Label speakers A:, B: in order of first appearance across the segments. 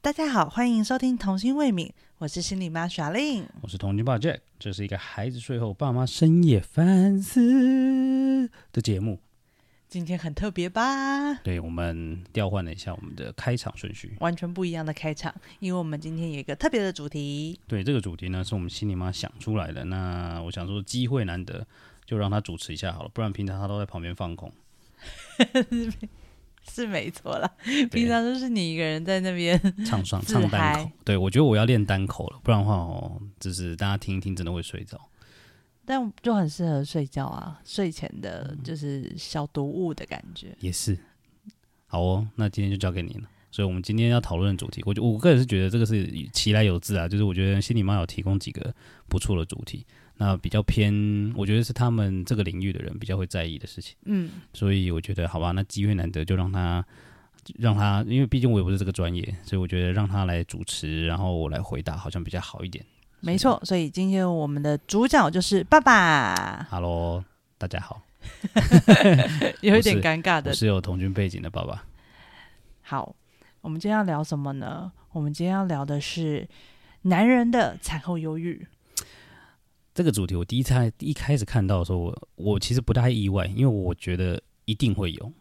A: 大家好，欢迎收听《童心未泯》，我是心理妈耍令。
B: 我是童军爸 Jack，这是一个孩子睡后爸妈深夜反思的节目。
A: 今天很特别吧？
B: 对我们调换了一下我们的开场顺序。
A: 完全不一样的开场，因为我们今天有一个特别的主题。
B: 对这个主题呢，是我们心里妈想出来的。那我想说，机会难得，就让他主持一下好了，不然平常他都在旁边放空。
A: 是没错啦，平常都是你一个人在那边，
B: 唱双
A: 自
B: 唱单口
A: 嗨，
B: 对我觉得我要练单口了，不然的话哦，就是大家听一听真的会睡着。
A: 但就很适合睡觉啊，睡前的就是消毒物的感觉。
B: 也是，好哦，那今天就交给你了。所以，我们今天要讨论的主题，我就我个人是觉得这个是其来有自啊，就是我觉得心理妈有提供几个不错的主题，那比较偏，我觉得是他们这个领域的人比较会在意的事情。
A: 嗯，
B: 所以我觉得好吧，那机会难得，就让他让他，因为毕竟我也不是这个专业，所以我觉得让他来主持，然后我来回答，好像比较好一点。
A: 没错。所以今天我们的主角就是爸 爸，
B: 哈喽，大家好，
A: 有一
B: 我
A: 点
B: 是
A: 尴尬的
B: 我是有童军背景的爸爸。
A: 好，我们今天要聊什么呢？我们今天要聊的是男人的产后忧郁。
B: 这个主题我第一开一开始看到的时候，我我其实不太意外，因为我觉得一定会有，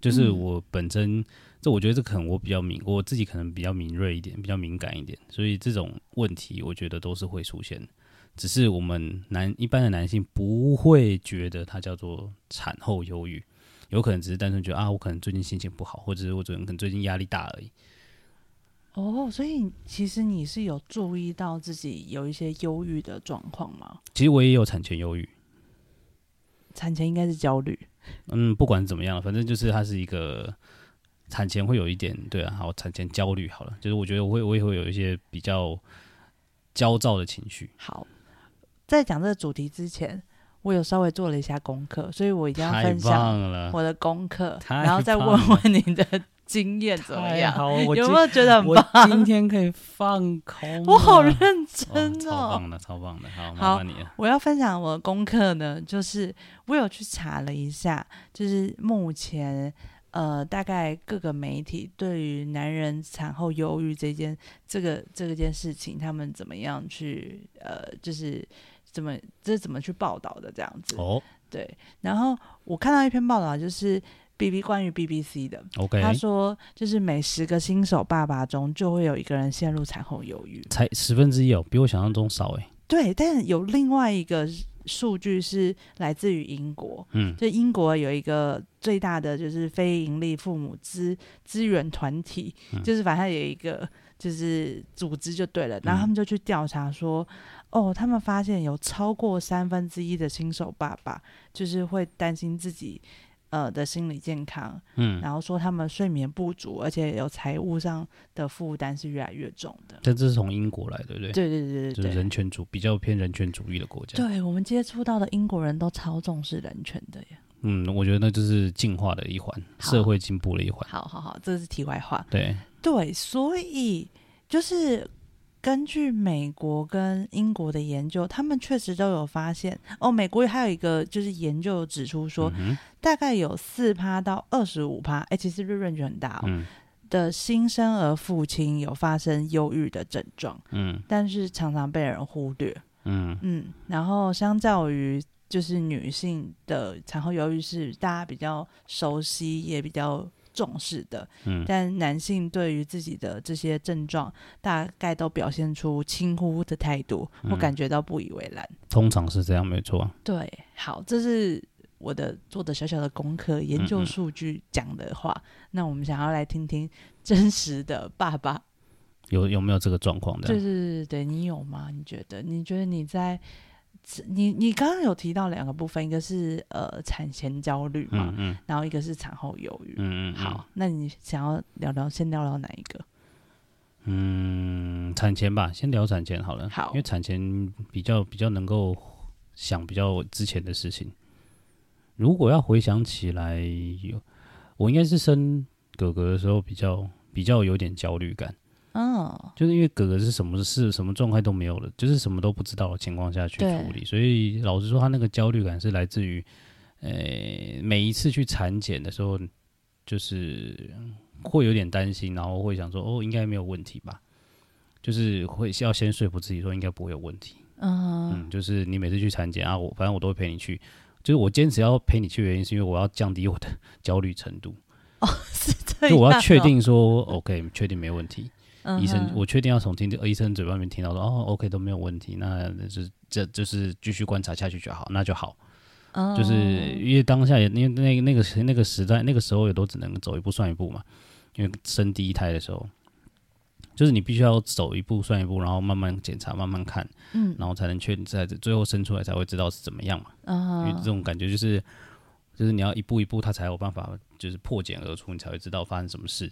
B: 就是
A: 嗯
B: 我本身、这我觉得这可能我比较敏，我自己可能比较敏锐一点，比较敏感一点，所以这种问题我觉得都是会出现的，只是我们男一般的男性不会觉得它叫做产后忧郁，有可能只是单纯觉得啊，我可能最近心情不好，或者是我可能最近压力大而已。
A: 哦，所以其实你是有注意到自己有一些忧郁的状况吗？
B: 其实我也有产前忧郁，
A: 产前应该是焦虑，
B: 嗯，不管怎么样，反正就是它是一个产前会有一点对啊，好产前焦虑好了，就是我觉得我会我也会有一些比较焦躁的情绪，
A: 好，在讲这个主题之前，我有稍微做了一下功课，所以我一定要
B: 太
A: 分享
B: 棒了，
A: 我的功课，
B: 太
A: 然后再问
B: 棒了
A: 问你的经验怎么
B: 太
A: 样，
B: 哎 好了，我
A: 有
B: 今
A: 没有觉得很棒？
B: 我今天可以放空了，
A: 我好认真
B: 哦，超
A: 哦。
B: 棒的，超棒的，好，
A: 好
B: 麻烦你了，
A: 我要分享我的功课呢，就是我有去查了一下，就是目前呃，大概各个媒体对于男人产后忧郁这件这个这个件事情，他们怎么样去呃，就是怎么这怎么去报道的这样子。
B: 哦
A: 对，然后我看到一篇报道，就是 B B 关于 B B C 的，
B: ，OK，
A: 他说就是每十个新手爸爸中就会有一个人陷入产后忧郁。
B: 才十分之一哦，比我想象中少哎，
A: 对，但有另外一个数据是来自于英国，
B: 嗯，
A: 就英国有一个最大的就是非营利父母资资源团体，
B: 嗯
A: 就是反正有一个就是组织就对了，然后他
B: 嗯
A: 们就去调查说，哦，他们发现有超过三分之一的新手爸爸就是会担心自己呃的心理健康，
B: 嗯，
A: 然后说他们睡眠不足，而且有财务上的负担是越来越重的。
B: 但这是从英国来，对不对？
A: 对对对
B: 就
A: 对
B: 是
A: 对。
B: 人权主比较偏人权主义的国家，
A: 对我们接触到的英国人都超重视人权的耶。
B: 嗯，我觉得那就是进化的一环，
A: 好
B: 社会进步的一环。
A: 好好好，这是题外话。
B: 对，
A: 对，所以就是根据美国跟英国的研究，他们确实都有发现哦。美国还有一个就是研究指出说，
B: 嗯
A: 大概有四趴到二十五趴，哎，其实润润就很大、哦
B: 哼嗯
A: 的新生儿父亲有发生忧郁的症状，
B: 嗯
A: 但是常常被人忽略。
B: 嗯
A: 嗯，然后相较于就是女性的产后忧郁是大家比较熟悉也比较重视的，
B: 嗯，
A: 但男性对于自己的这些症状大概都表现出轻忽的态度，我
B: 嗯
A: 感觉到不以为然。
B: 通常是这样，没错。
A: 对，好，这是我的做的小小的功课，研究
B: 嗯嗯
A: 数据讲的话，那我们想要来听听真实的爸爸
B: 有有没有这个状况的？
A: 对对对对对，你有吗？你觉得？你觉得你在你你刚刚有提到两个部分，一个是呃产前焦虑嘛，
B: 嗯嗯
A: 然后一个是产后忧郁。
B: 嗯嗯，嗯
A: 好，，那你想要聊聊，先聊聊哪一个？
B: 嗯，产前吧，先聊产前好了。
A: 好
B: 因为产前比较比较能够想比较之前的事情。如果要回想起来，有我应该是生哥哥的时候比较比较有点焦虑感，
A: 嗯，
B: 就是因为哥哥是什么事、什么状态都没有了，就是什么都不知道的情况下去
A: 对
B: 处理，所以老实说，他那个焦虑感是来自于，呃，每一次去产检的时候，就是会有点担心，然后会想说哦，应该没有问题吧，就是会要先说服自己说应该不会有问题。
A: 嗯
B: 嗯，就是你每次去产检啊，我反正我都会陪你去。就是我坚持要陪你去的原因，是因为我要降低我的焦虑程度，
A: 哼，
B: 就我要
A: 对嗯
B: 确定说 OK，确定没问题。
A: 嗯哼
B: 医生，我确定要从听呃医生嘴巴里面听到说哦，OK 都没有问题，那就是这就是继续观察下去就好，那就好。
A: 嗯
B: 就是因为当下也因为那那个那个时代那个时候也都只能走一步算一步嘛，因为生第一胎的时候，就是你必须要走一步算一步，然后慢慢检查，慢慢看，
A: 嗯
B: 然后才能确定在最后生出来才会知道是怎么样嘛。因为
A: 嗯
B: 这种感觉就是就是你要一步一步，他才有办法就是破茧而出，你才会知道发生什么事。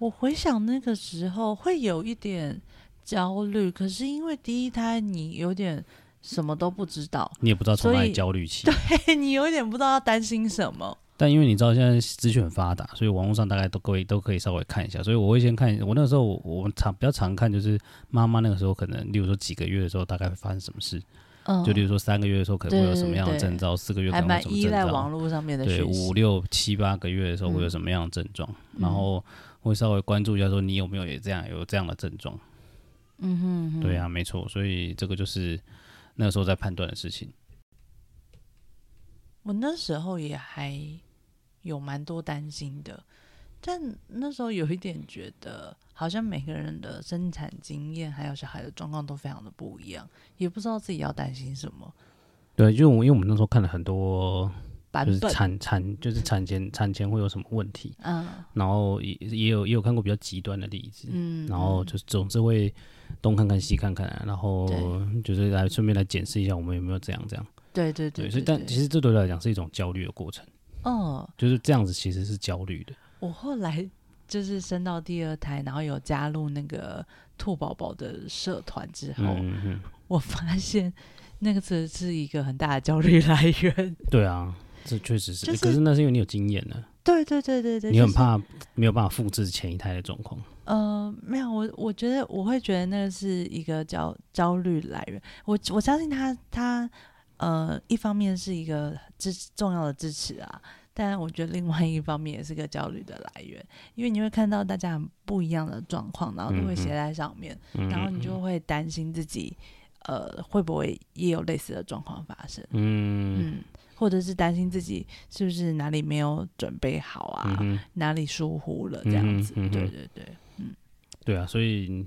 A: 我回想那个时候会有一点焦虑，可是因为第一胎你有点什么都不知道，
B: 你也不知道从哪
A: 所
B: 里
A: 以
B: 焦虑起。
A: 你有点不知道要担心什么。
B: 但因为你知道现在资讯很发达，所以网络上大概都各位都可以稍微看一下。所以我会先看，我那个时候我我们常比较常看就是妈妈那个时候可能，例如说几个月的时候大概会发生什么事，
A: 嗯，
B: 就例如说三个月的时候可能会有
A: 对
B: 什么样的
A: 对
B: 征兆，四个月可
A: 还
B: 能会有
A: 蛮
B: 什么
A: 依
B: 征
A: 赖
B: 兆，
A: 网络上面的
B: 对，
A: 讯
B: 五
A: 息。
B: 六七八个月的时候会有
A: 嗯
B: 什么样的症状，然后会稍微关注一下说你有没有也这样有这样的症状。
A: 嗯哼哼，
B: 对啊，没错，所以这个就是那个时候在判断的事情。
A: 我那时候也还有蛮多担心的，但那时候有一点觉得，好像每个人的生产经验还有小孩的状况都非常的不一样，也不知道自己要担心什么
B: 对，因为我因为我们那时候看了很多，
A: 版
B: 就是
A: 本。
B: 产产就是产前产前会有什么问题，
A: 嗯
B: 然后也也有也有看过比较极端的例子，
A: 嗯，
B: 然后就是总是会东看看西看看啊、然后
A: 对
B: 就是来顺便来检视一下我们有没有这样这样。
A: 对对
B: 对，
A: 对对
B: 所以但其
A: 实
B: 实这对我来讲是一种焦虑的过程，
A: 哦，
B: 就是这样子其实是焦虑的。
A: 我后来就是生到第二胎，然后有加入那个兔宝宝的社团之后，
B: 嗯嗯，
A: 我发现那个只是一个很大的焦虑来源。
B: 对啊，这确实是，
A: 就是
B: 可是那是因为你有经验呢、
A: 对对对对对，
B: 你很
A: 就是
B: 怕没有办法复制前一胎的状况。
A: 呃，没有，我我觉得我会觉得那个是一个焦焦虑来源。我我相信他他呃，一方面是一个支重要的支持啊，但我觉得另外一方面也是个焦虑的来源，因为你会看到大家很不一样的状况，然后都会
B: 嗯
A: 写
B: 嗯
A: 在上面，
B: 嗯
A: 然后你就会担心自己呃会不会也有类似的状况发生，
B: 嗯
A: 嗯，或者是担心自己是不是哪里没有准备好啊，
B: 嗯哼
A: 哪里疏忽了这样
B: 嗯
A: 子，
B: 嗯嗯
A: 对对对。
B: 对啊，所以。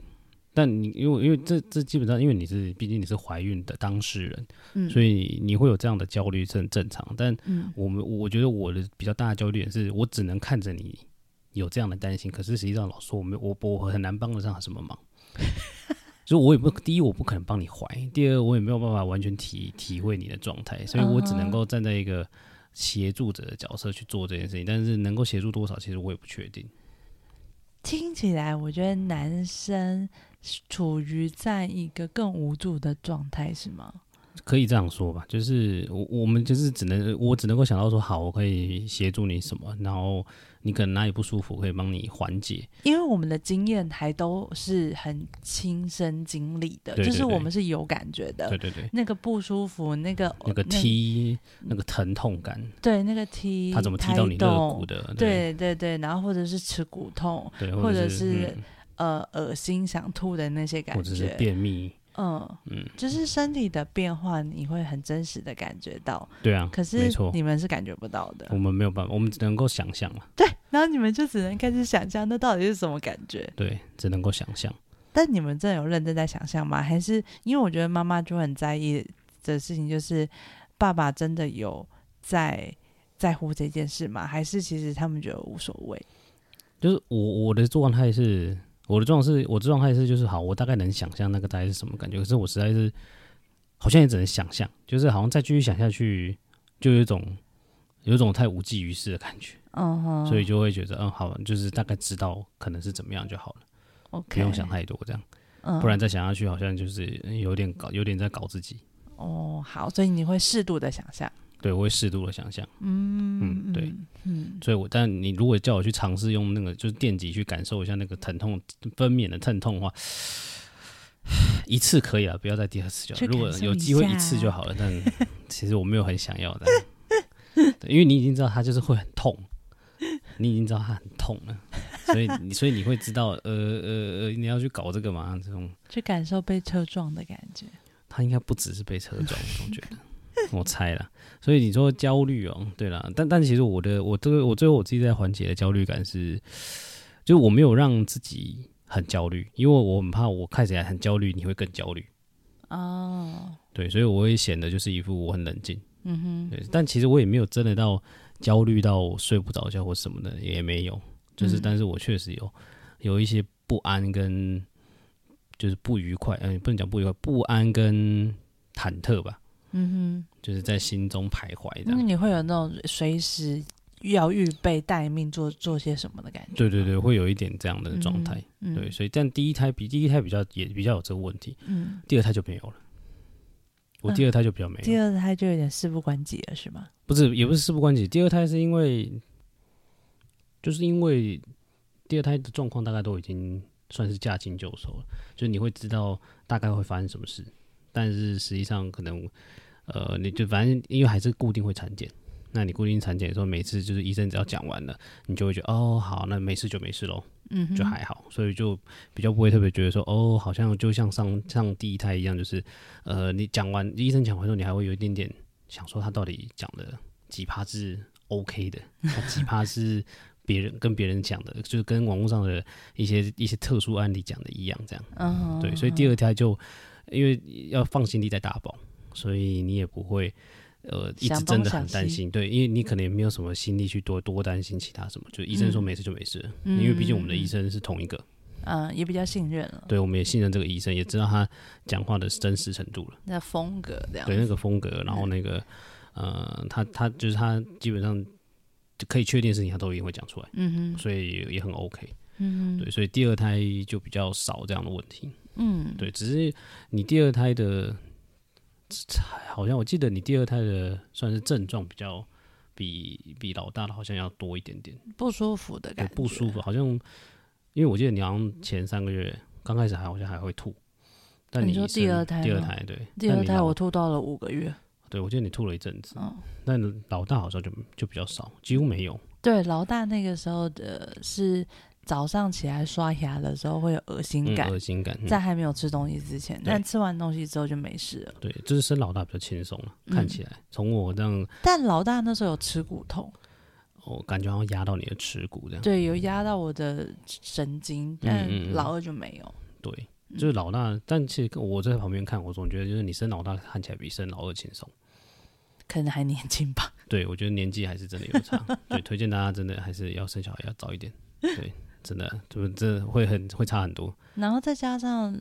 B: 但你因为因为这这基本上，因为你是毕竟你是怀孕的当事人，
A: 嗯，
B: 所以你会有这样的焦虑是很正常。但
A: 嗯，
B: 我们我觉得我的比较大的焦虑点是我只能看着你有这样的担心，可是实际上老实说我没有我我很难帮得上什么忙。所以，我也不第一，我不可能帮你怀；第二，我也没有办法完全体体会你的状态，所以我只能够站在一个协助者的角色去做这件事情。但是，能够协助多少，其实我也不确定。
A: 听起来我觉得男生是处于在一个更无助的状态，是吗？
B: 可以这样说吧，就是我我们就是只能我只能够想到说，好，我可以协助你什么，然后你可能哪里不舒服，可以帮你缓解。
A: 因为我们的经验还都是很亲身经历的，
B: 对
A: 就是
B: 对对
A: 我们是有感觉的
B: 对。对对，
A: 那个不舒服，呃哦那个
B: 那个，踢那个疼痛感，
A: 对，那个踢，
B: 他怎么踢到你肋骨
A: 的？
B: 的？
A: 对对对，然后或者是耻骨痛，
B: 对，
A: 或者
B: 者
A: 是
B: 嗯
A: 呃，恶心想吐的那些感
B: 或者是
A: 觉，
B: 便秘，
A: 嗯
B: 嗯，
A: 就是身体的变化，你会很真实的感觉到，
B: 对啊，
A: 可是
B: 没错，
A: 你们是感觉不到的
B: 我。们没有办法，我们只能够想象嘛，
A: 然后你们就只能开始想象那到底是什么感觉。
B: 对，只能够想象。
A: 但你们真的有认真在想象吗？还是因为我觉得妈妈就很在意的事情，就是爸爸真的有在在乎这件事吗？还是其实他们觉得无所谓？
B: 就是我我的状态是，我的状态是，我的状态是就是好，我大概能想象那个大概是什么感觉，可是我实在是好像也只能想象，就是好像再继续想下去，就有一种有一种太无济于事的感觉，
A: 嗯哼，
B: 所以就会觉得嗯好，就是大概知道可能是怎么样就好了，
A: OK，
B: 不用想太多这样。
A: 嗯
B: 不然再想下去，好像就是嗯有点搞，有点在搞自己。
A: 哦，好，所以你会适度的想象。
B: 对，我会适度的想象，
A: 嗯
B: 嗯对，
A: 嗯
B: 所以我，但你如果叫我去尝试用那个就是电极去感受一下那个疼痛分娩的疼痛的话，一次可以啊了，不要再第二次就好。
A: 去感
B: 如
A: 受
B: 果
A: 一下啊
B: 有机会一次就好了，但其实我没有很想要的，对因为你已经知道它就是会很痛，你已经知道它很痛了，所以你所以你会知道，呃呃呃，你要去搞这个嘛？这种
A: 去感受被车撞的感觉。
B: 他应该不只是被车撞，我总觉得， 我猜啦。所以你说焦虑哦，对啦，但但其实我的我这个我最后我自己在缓解的焦虑感是，就是我没有让自己很焦虑，因为我很怕我看起来很焦虑，你会更焦虑。
A: 哦，
B: 对，所以我会显得就是一副我很冷静。
A: 嗯
B: 对，但其实我也没有真的到焦虑到睡不着觉或什么的，也没有。就是，
A: 嗯
B: 但是我确实有有一些不安跟就是不愉快，嗯、不能讲不愉快，不安跟忐忑吧，
A: 哼，嗯
B: 就是在心中徘徊
A: 哼，
B: 这
A: 那
B: 样。
A: 嗯你会有那种随时要预备待命做做些什么的感觉？
B: 对对对，会有一点这样的状态。
A: 嗯，
B: 对，所以但第一胎比第一胎比较也比较有这个问题，
A: 嗯，
B: 第二胎就没有了。我
A: 嗯
B: 第二胎就比较没有，
A: 第二胎就有点事不关己了，是吗？
B: 不是，也不是事不关己。第二胎是因为，就是因为第二胎的状况大概都已经算是驾轻就熟了，就是你会知道大概会发生什么事，但是实际上可能，呃，你就反正因为还是固定会产检，那你固定产检的时候，每次就是医生只要讲完了，你就会觉得哦，好，那没事就没事喽，
A: 嗯哼，
B: 就还好，所以就比较不会特别觉得说哦，好像就像上上第一胎一样，就是呃，你讲完医生讲完之后，你还会有一点点想说他到底讲的几趴是 OK 的，那几趴是别人跟别人讲的，就是跟网络上的一些一些特殊案例讲的一样，这样
A: 嗯哼，
B: 对，所以第二胎就因为要放心力在大宝，所以你也不会。呃，一直
A: 想
B: 真
A: 东
B: 的
A: 想
B: 很担
A: 西
B: 心，对，因为你可能也没有什么心力去多多担心其他什么，就医生说
A: 嗯
B: 没事就没事了，
A: 嗯
B: 因为毕竟我们的医生是同一个，
A: 嗯也比较信任了，
B: 对，我们也信任这个医生，也知道他讲话的真实程度了，
A: 那风格这样
B: 对
A: 子，
B: 那个风格，然后那个呃，他他就是他基本上就可以确定的事情，他都一定会讲出来，
A: 嗯哼，
B: 所以也也很 OK。
A: 嗯哼，
B: 对，所以第二胎就比较少这样的问题。
A: 嗯，
B: 对，只是你第二胎的，好像我记得你第二胎的算是症状比较比比老大的好像要多一点点，
A: 不舒服的
B: 对
A: 感觉，
B: 不舒服，好像因为我记得你好像前三个月刚开始还好像还会吐，但
A: 哦你
B: 你
A: 说
B: 生
A: 第二胎
B: 第二
A: 吗
B: 胎对，
A: 第
B: 但
A: 二
B: 你
A: 胎
B: 老
A: 我吐到了五个月，
B: 对我记得你吐了一阵子，
A: 嗯，
B: 但老大好像就就比较少，几乎没有。
A: 对，老大那个时候的是早上起来刷牙的时候会有恶心
B: 嗯
A: 感，
B: 恶心感，嗯
A: 在还没有吃东西之前，但吃完东西之后就没事了。
B: 对，就是生老大比较轻松了，
A: 嗯
B: 看起来从我这样，
A: 但老大那时候有耻骨痛，
B: 我感觉好像压到你的耻骨这样。
A: 对，有压到我的神经，
B: 嗯嗯
A: 但
B: 嗯
A: 老二就没有。
B: 对，就是老大，但其实我在旁边看，我总觉得就是你生老大看起来比生老二轻松。
A: 可能还年轻吧，
B: 对，我觉得年纪还是真的有差。对，推荐大家真的还是要生小孩要早一点。对，真的就是这会很会差很多。
A: 然后再加上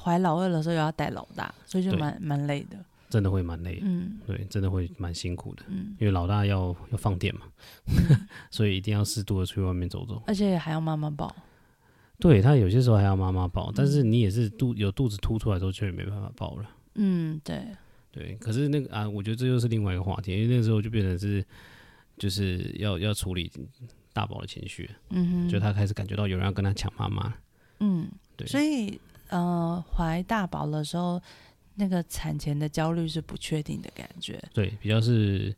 A: 怀老二的时候又要带老大，所以就
B: 对
A: 蛮蛮累的。
B: 真的会蛮累的，
A: 嗯
B: 对，真的会蛮辛苦的，
A: 嗯，
B: 因为老大要要放电嘛， 所以一定要适度的出去外面走走。
A: 而且还要妈妈抱。
B: 对他有些时候还要妈妈抱，但是你也是肚有肚子凸出来之后，却没办法抱了。
A: 嗯，对，
B: 对，可是那个啊，我觉得这又是另外一个话题，因为那时候就变成是就是要要处理大宝的情绪，
A: 嗯哼，
B: 就他开始感觉到有人要跟他抢妈妈。
A: 嗯，
B: 对，
A: 所以呃，怀大宝的时候，那个产前的焦虑是不确定的感觉。
B: 对，比较是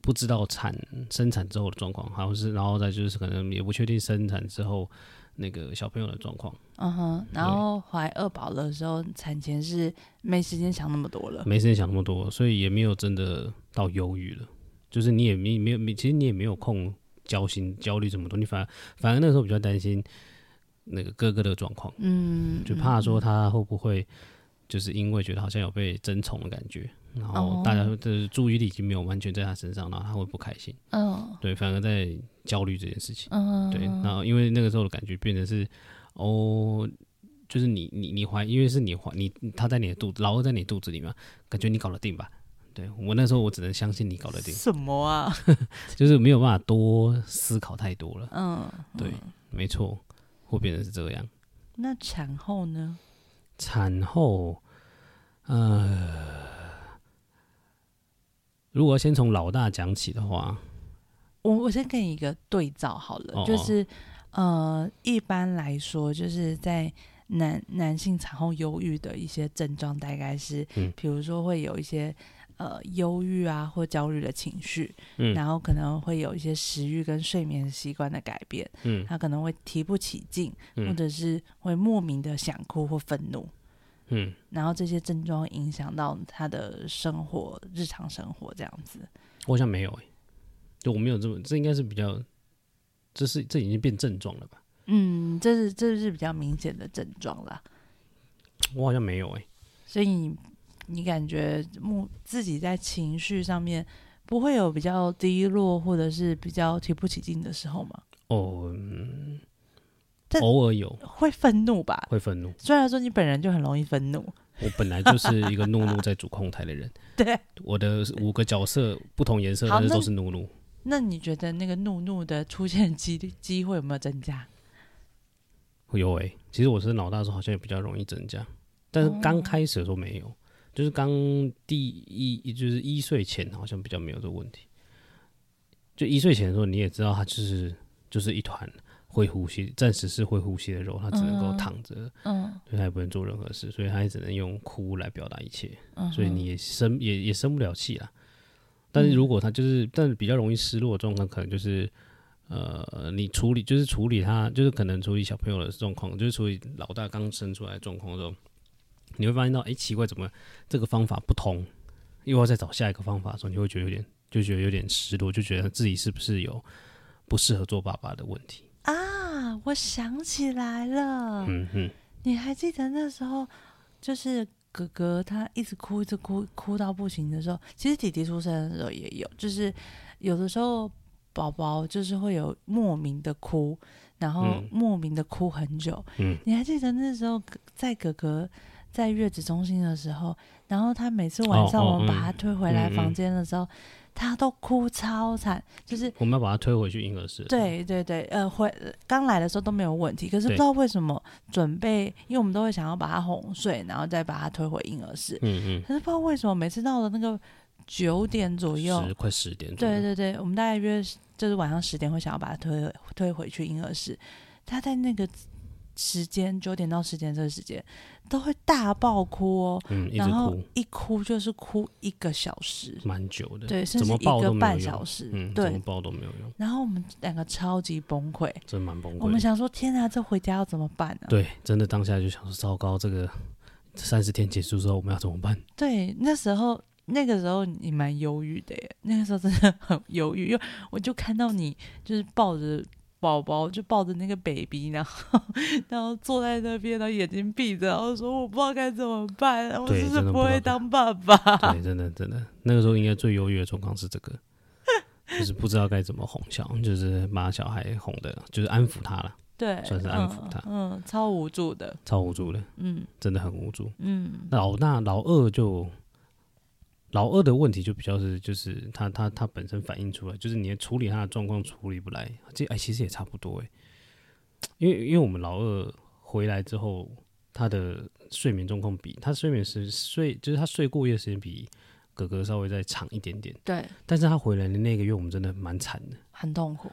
B: 不知道产生产之后的状况，好像是，然后再就是可能也不确定生产之后那个小朋友的状况，
A: 嗯哼，然
B: 对
A: 后怀二宝的时候，产前是没时间想那么多了。
B: 没时间想那么多，所以也没有真的到忧郁了，就是你也没没有，没其实你也没有空焦心焦虑这么多，你反而反而那时候比较担心那个哥哥的状况，
A: 嗯，
B: 就
A: 嗯
B: 怕说
A: 嗯
B: 他会不会就是因为觉得好像有被争宠的感觉，然
A: 哦
B: 后大家的注意力已经没有完全在他身上，然后他会不开心，
A: 嗯
B: 对，反而在焦虑这件事情。
A: 嗯，
B: 对，然后因为那个时候的感觉变成是，哦，就是你你你怀，因为是你怀你他在你的肚子，老二在你肚子里嘛，感觉你搞得定吧？对我那时候我只能相信你搞得定，
A: 什么啊？
B: 就是没有办法多思考太多了。
A: 嗯，
B: 对，没错，会变成是这样。
A: 那产后呢？
B: 产后，呃，如果要先从老大讲起的话，
A: 我我先给你一个对照好了，
B: 哦哦
A: 就是呃，一般来说，就是在男男性产后忧郁的一些症状，大概是，
B: 嗯
A: 比如说会有一些呃忧郁啊或焦虑的情绪，
B: 嗯
A: 然后可能会有一些食欲跟睡眠习惯的改变，
B: 嗯
A: 他可能会提不起劲，
B: 嗯
A: 或者是会莫名的想哭或愤怒，
B: 嗯，
A: 然后这些症状会影响到他的生活、日常生活这样子。
B: 我好像没有诶、就我没有这么，这应该是比较，这是这已经变症状了吧？
A: 嗯，这是这是比较明显的症状啦。
B: 我好像没有欸诶、
A: 所以你你感觉目自己在情绪上面不会有比较低落，或者是比较提不起劲的时候吗？
B: 哦，嗯
A: 但
B: 偶尔有
A: 会愤怒吧？
B: 会愤怒，
A: 虽然说你本人就很容易愤怒，
B: 我本来就是一个怒怒在主控台的人，
A: 对。
B: 我的五个角色不同颜色，
A: 好
B: 但是
A: 那
B: 都是怒怒。
A: 那你觉得那个怒怒的出现几率机会有没有增加？
B: 有诶、其实我是老大的时候好像也比较容易增加，但
A: 哦
B: 是刚开始的时候没有，就是刚第一就是一岁前好像比较没有这个问题。就一岁前的时候，你也知道他就是就是一团会呼吸，暂时是会呼吸的肉，他只能够
A: 嗯
B: 躺着，
A: 嗯，
B: 所以他也不能做任何事，所以他也只能用哭来表达一切。
A: 嗯
B: 所以你也生也也生不了气啦。但是如果他就是，但是比较容易失落的状况，可能就是，呃，你处理就是处理他，就是可能处理小朋友的状况，就是处理老大刚生出来的状况的时候，你会发现到，哎、奇怪，怎么这个方法不通？又要再找下一个方法的时候，你会觉得有点，就觉得有点失落，就觉得自己是不是有不适合做爸爸的问题？
A: 啊，我想起来了，
B: 嗯哼，
A: 你还记得那时候就是哥哥他一直哭，一直哭，哭到不行的时候，其实弟弟出生的时候也有，就是有的时候宝宝就是会有莫名的哭，然后
B: 嗯
A: 莫名的哭很久。
B: 嗯
A: 你还记得那时候哥在哥哥在月子中心的时候，然后他每次晚
B: 哦
A: 上
B: 哦
A: 我们把
B: 嗯
A: 他推回来
B: 嗯嗯
A: 房间的时候，他都哭超惨，就是
B: 我们要把他推回去婴儿室。，
A: 对对对，呃，回刚来的时候都没有问题，可是不
B: 对
A: 知道为什么准备，因为我们都会想要把它哄睡，然后再把它推回婴儿室。
B: 嗯
A: 可是不知道为什么，每次到了那个九点左
B: 嗯，
A: 右，
B: 十嗯快十点左
A: 对
B: 右。
A: 对对，我们大概约就是晚上十点会想要把它推推回去婴儿室，他在那个时间九点到十点这个时间都会大爆哭哦，
B: 嗯，一直
A: 然后
B: 哭，
A: 一哭就是哭一个小时，
B: 蛮久的。
A: 对，甚
B: 嗯怎
A: 至
B: 么
A: 一
B: 抱
A: 个
B: 都没有
A: 半
B: 用
A: 小时，
B: 嗯，怎么
A: 对。
B: 抱都没有用，
A: 然后我们两个超级崩溃，
B: 真蛮崩
A: 我
B: 溃
A: 们
B: 的。
A: 想说，天啊，这回家要怎么办呢、
B: 对，真的当下就想说，糟糕，这个三十天结束之后我们要怎么办？
A: 对，那时候那个时候你蛮忧郁的耶，那个时候真的很忧郁，因为我就看到你就是抱着宝宝，就抱着那个 baby，然后然后坐在那边，然后眼睛闭着，然后说我不知道该怎么办，我
B: 对
A: 是不是
B: 真的
A: 不
B: 不知
A: 会
B: 道
A: 当爸爸？
B: 对，真的真的，那个时候应该最优越的状况是这个，就是不知道该怎么哄小，就是把小孩哄的，就是安抚他了，
A: 对，
B: 算是安抚他
A: 嗯，嗯，超无助的，
B: 超无助的，
A: 嗯
B: 真的很无助。
A: 嗯
B: 老大老二就老二的问题就比较是，就是他他他本身反映出来，就是你处理他的状况处理不来，这哎其实也差不多哎，因为因为我们老二回来之后，他的睡眠状况比他睡眠时睡就是他睡过夜时间比哥哥稍微再长一点点，
A: 对，
B: 但是他回来的那个月我们真的蛮惨的，
A: 很痛苦，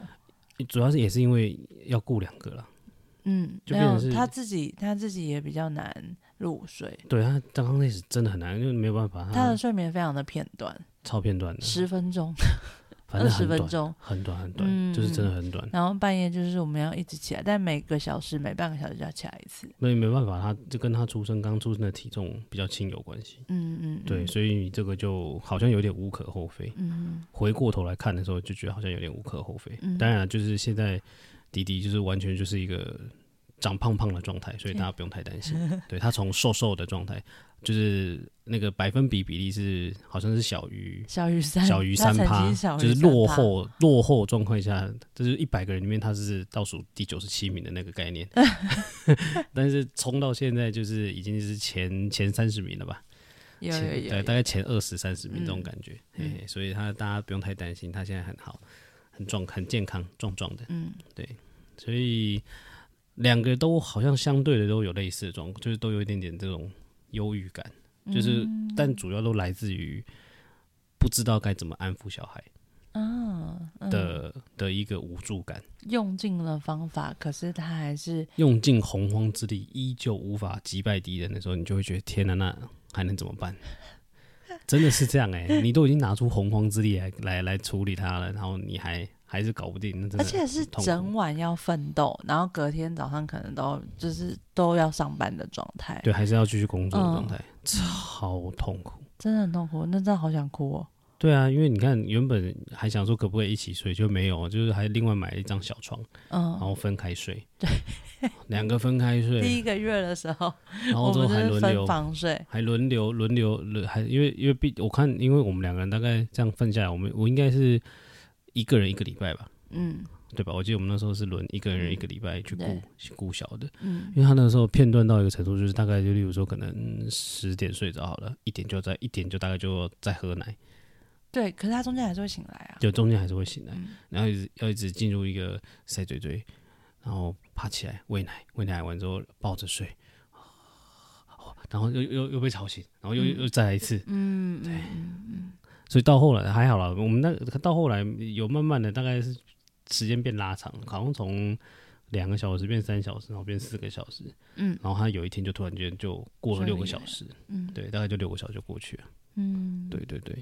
B: 主要是也是因为要顾两个啦，
A: 嗯，
B: 就
A: 没
B: 变
A: 有
B: 成是
A: 他自己他自己也比较难入睡，
B: 对他刚刚开始真的很难，因为没有办法，
A: 他
B: 他
A: 的睡眠非常的片段，
B: 超片段的，
A: 十分钟、
B: 反
A: 二
B: 正
A: 十
B: 很
A: 分
B: 短。
A: 钟，
B: 很短很短，
A: 嗯
B: 就是真的很短。
A: 然后半夜就是我们要一直起来，但每个小时、每半个小时就要起来一次。
B: 那也没办法，他就跟他出生刚出生的体重比较轻有关系。
A: 嗯嗯，
B: 对，
A: 嗯
B: 所以这个就好像有点无可厚非。
A: 嗯
B: 回过头来看的时候，就觉得好像有点无可厚非。
A: 嗯
B: 当然了，就是现在迪迪就是完全就是一个长胖胖的状态，所以大家不用太 担心。对他从瘦瘦的状态，就是那个百分比比例是好像是小于
A: 小于三，
B: 小于三
A: 他曾
B: 趴
A: 经，小于
B: 就是
A: 3%
B: 落。后落后状况下，就是一百个人里面他是倒数第九十七名的那个 概念，但是冲到现在就是已经是前前三十名了吧？
A: 有有
B: 前
A: 有
B: 对，
A: 有，
B: 大概前二十三十名这种
A: 嗯
B: 感觉，
A: 嗯
B: 嘿嘿所以他大家不用太担心，他现在很好，很壮，很健康，壮壮的，
A: 嗯
B: 所以两个都好像相对的都有类似的状况，就是都有一点点这种忧郁感，就是、
A: 嗯
B: 但主要都来自于不知道该怎么安抚小孩。
A: 嗯嗯，
B: 的的一个无助感，
A: 用尽了方法，可是他还是
B: 用尽洪荒之力依旧无法击败敌人的时候，你就会觉得天哪、那还能怎么办？ 真的是这样哎、 你都已经拿出洪荒之力来来来处理它了，然后你还还是搞不定，那真的
A: 而且是
B: 很痛苦
A: 整晚要奋斗，然后隔天早上可能都就是都要上班的状态，
B: 对，还是要继续工作的
A: 嗯
B: 状态，超痛苦。
A: 真的很痛苦，那真的好想哭哦。
B: 对啊，因为你看原本还想说可不可以一起睡，就没有，就是还另外买了一张小床，然
A: 嗯，
B: 后分开睡，对，两个分 开
A: 第
B: 睡，
A: 一个月的时候，
B: 然后
A: 我
B: 之后
A: 们
B: 还
A: 就是
B: 轮
A: 分
B: 流。
A: 房睡，
B: 还轮流轮流轮，还因为因为毕我看，因为我们两个人大概这样分下来，我们我应该是一个人一个礼拜吧，
A: 嗯
B: 对吧？我记得我们那时候是轮一个
A: 嗯
B: 人一个礼拜去顾、
A: 对
B: 去顾小的，
A: 嗯
B: 因为他那个时候片段到一个程度，就是大概就例如说可能十点睡着好了，一点就在一点就大概就在喝奶，
A: 对，可是他中间还是会醒来啊。
B: 就中间还是会醒来，
A: 嗯
B: 然后一直要一直进入一个塞嘴嘴，然后爬起来喂奶，喂奶完之后抱着睡，哦然后又又又被吵醒，然后又、又再来一次，
A: 嗯，对，嗯
B: 所以到后来还好啦，我们那到后来有慢慢的，大概是时间变拉长，好像从两个小时变三小时，然后变四个小时，
A: 嗯
B: 然后他有一天就突然间就过了
A: 顺利
B: 六个小时，
A: 嗯
B: 对，大概就六个小时就过去了，
A: 嗯，
B: 对对对，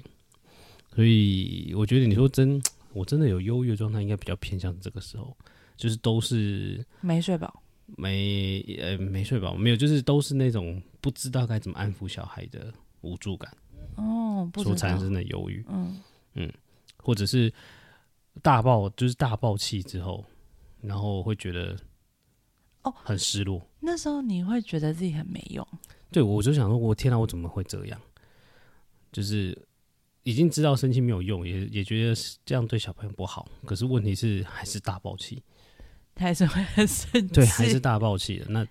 B: 所以我觉得你说真，我真的有优越状态，应该比较偏向这个时候，就是都是
A: 没睡饱。
B: 没呃没睡饱，没有，就是都是那种不知道该怎么安抚小孩的无助感
A: 哦，不
B: 所
A: 知道
B: 产，生的忧郁，
A: 嗯
B: 或者是大爆，就是大爆气之后，然后会觉得
A: 哦
B: 很失落。
A: 那时候你会觉得自己很没用，
B: 对我就想说，我天哪、我怎么会这样？就是已经知道生气没有用，也也觉得这样对小朋友不好。可是问题是还是大爆气，
A: 还是会很生气，
B: 对，还是大爆气的。那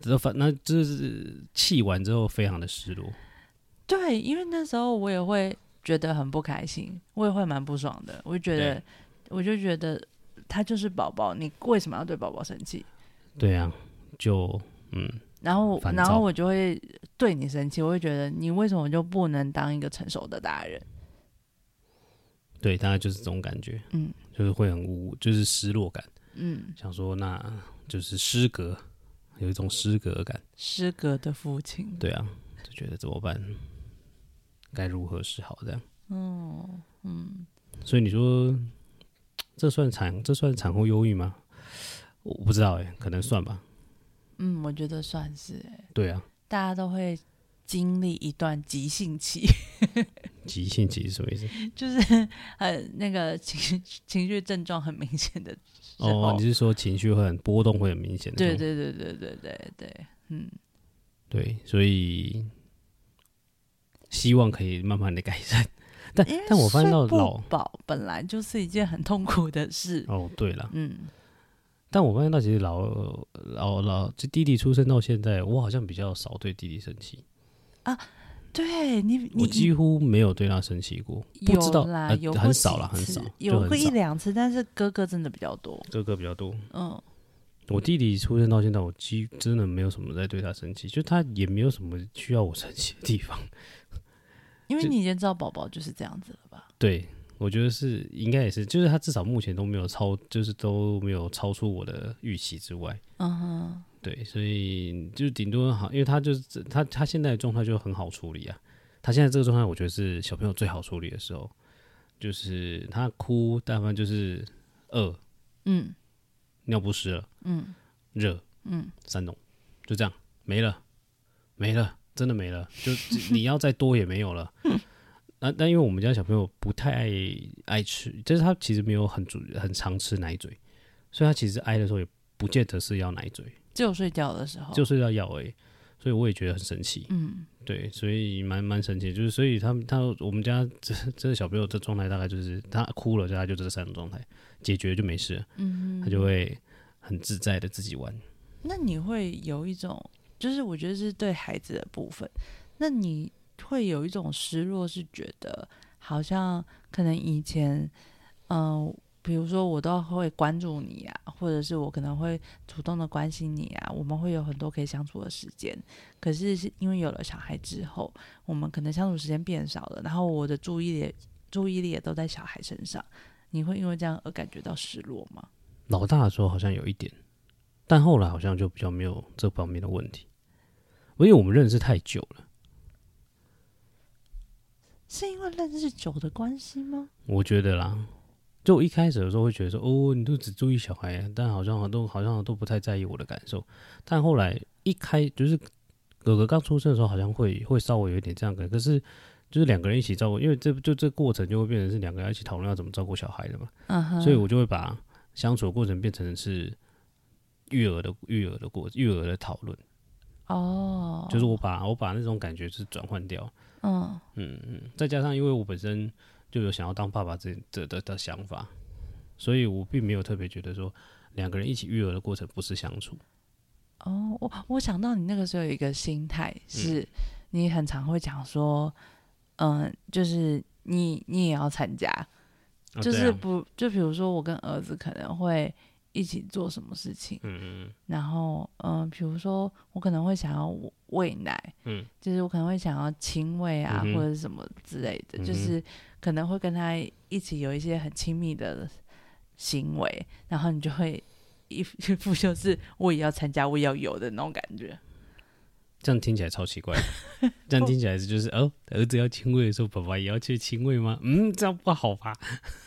B: 这反那就是气完之后非常的失落。
A: 对，因为那时候我也会觉得很不开心，我也会蛮不爽的，我就觉得
B: 对，
A: 我就觉得他就是宝宝，你为什么要对宝宝生气？
B: 对啊，就嗯，
A: 然后，
B: 烦躁
A: 然后我就会对你生气，我会觉得你为什么就不能当一个成熟的大人？
B: 对，大概就是这种感觉，
A: 嗯
B: 就是会很无，就是失落感。
A: 嗯，
B: 想说那就是失格，有一种失格感。
A: 失格的父亲，
B: 对啊，就觉得怎么办？该如何是好？这样，
A: 嗯嗯，
B: 所以你说这算产这算产后忧郁吗？我不知道哎、可能算吧。
A: 嗯，我觉得算是欸、
B: 对啊，
A: 大家都会经历一段急性期，
B: 急性期是什么意思？
A: 就是呃那个情绪情绪症状很明显的时候，
B: 哦，你是嗯说情绪会很波动，会很明显的
A: 对
B: 那种？
A: 对对对对对对，嗯，
B: 对，所以希望可以慢慢的改善。但
A: 因为
B: 但我发现到
A: 睡不
B: 老
A: 饱本来就是一件很痛苦的事，
B: 哦，对了，
A: 嗯，
B: 但我发现到其实老老老，就弟弟出生到现在，我好像比较少对弟弟生气，
A: 对你你
B: 我几乎没有对他生气过，不知道
A: 有啦，
B: 呃
A: 有过
B: 很少啦，
A: 几
B: 很
A: 次
B: 少，就
A: 有过
B: 很
A: 一
B: 少。
A: 两次，但是哥哥真的比较多，
B: 哥哥比较多，
A: 嗯
B: 我弟弟出生到现在，我几真的没有什么在对他生气，就他也没有什么需要我生气的地方。
A: 因为
B: 就
A: 你已经知道宝宝就是这样子了吧？
B: 对，我觉得是应该也是，就是他至少目前都没有超，就是都没有超出我的预期之外。
A: 嗯哼，
B: 对，所以就顶多好，因为他就是他他现在的状态就很好处理啊。他现在这个状态，我觉得是小朋友最好处理的时候，就是他哭，但凡就是饿、
A: 嗯
B: 尿不湿了，
A: 嗯
B: 热，
A: 嗯，
B: 三种，就这样没了，没了，真的没了，就你要再多也没 有了。那、但因为我们家小朋友不太爱爱吃，就是他其实没有很主很常吃奶嘴，所以他其实挨的时候也不见得是要奶嘴。
A: 只有睡觉的时候，
B: 就是要咬诶、所以我也觉得很神奇。
A: 嗯
B: 对，所以蛮蛮神奇的，就是所以他们他我们家这这小朋友这状态大概就是他哭了，他就这三种状态，解决就没事了，
A: 嗯，
B: 他就会很自在的自己玩。
A: 那你会有一种，就是我觉得是对孩子的部分，那你会有一种失落，是觉得好像可能以前，嗯、比如说我都会关注你啊，或者是我可能会主动的关心你啊，我们会有很多可以相处的时间。可是是因为有了小孩之后，我们可能相处时间变少了，然后我的注意力注意力也都在小孩身上，你会因为这样而感觉到失落吗？
B: 老大的时候好像有一点，但后来好像就比较没有这方面的问题，因为我们认识太久了。
A: 是因为认识久的关系吗？
B: 我觉得啦，就我一开始的时候会觉得说，哦，你都只注意小孩，啊但好像都好像都不太在意我的感受。但后来一开就是哥哥刚出生的时候，好像会会稍微有一点这样感，可是就是两个人一起照顾，因为这就这过程就会变成是两个人一起讨论要怎么照顾小孩的嘛，
A: 嗯哼，
B: 所以我就会把相处的过程变成是育儿的育儿的过育儿的讨论，
A: 哦，
B: 就是我把我把那种感觉是转换掉，
A: 嗯
B: 嗯，嗯，再加上因为我本身就有想要当爸爸这的的的想法，所以我并没有特别觉得说两个人一起育儿的过程不是相处。
A: 哦，我我想到你那个时候有一个心态是，你很常会讲说，嗯，就是你你也要参加，
B: 啊
A: 就是
B: 对啊
A: 不就比如说我跟儿子可能会一起做什么事情，
B: 嗯嗯
A: 然后嗯、呃比如说我可能会想要喂奶，
B: 嗯，
A: 就是我可能会想要亲喂啊，
B: 嗯哼
A: 或者是什么之类的，就
B: 嗯哼
A: 是可能会跟他一起有一些很亲密的行为，然后你就会一副一副就是我也要参加，我也要有的那种感觉。
B: 这样听起来超奇怪的， 这样听起来是就是哦，儿子要亲喂的时候，爸爸也要去亲喂吗？嗯，这样不好吧？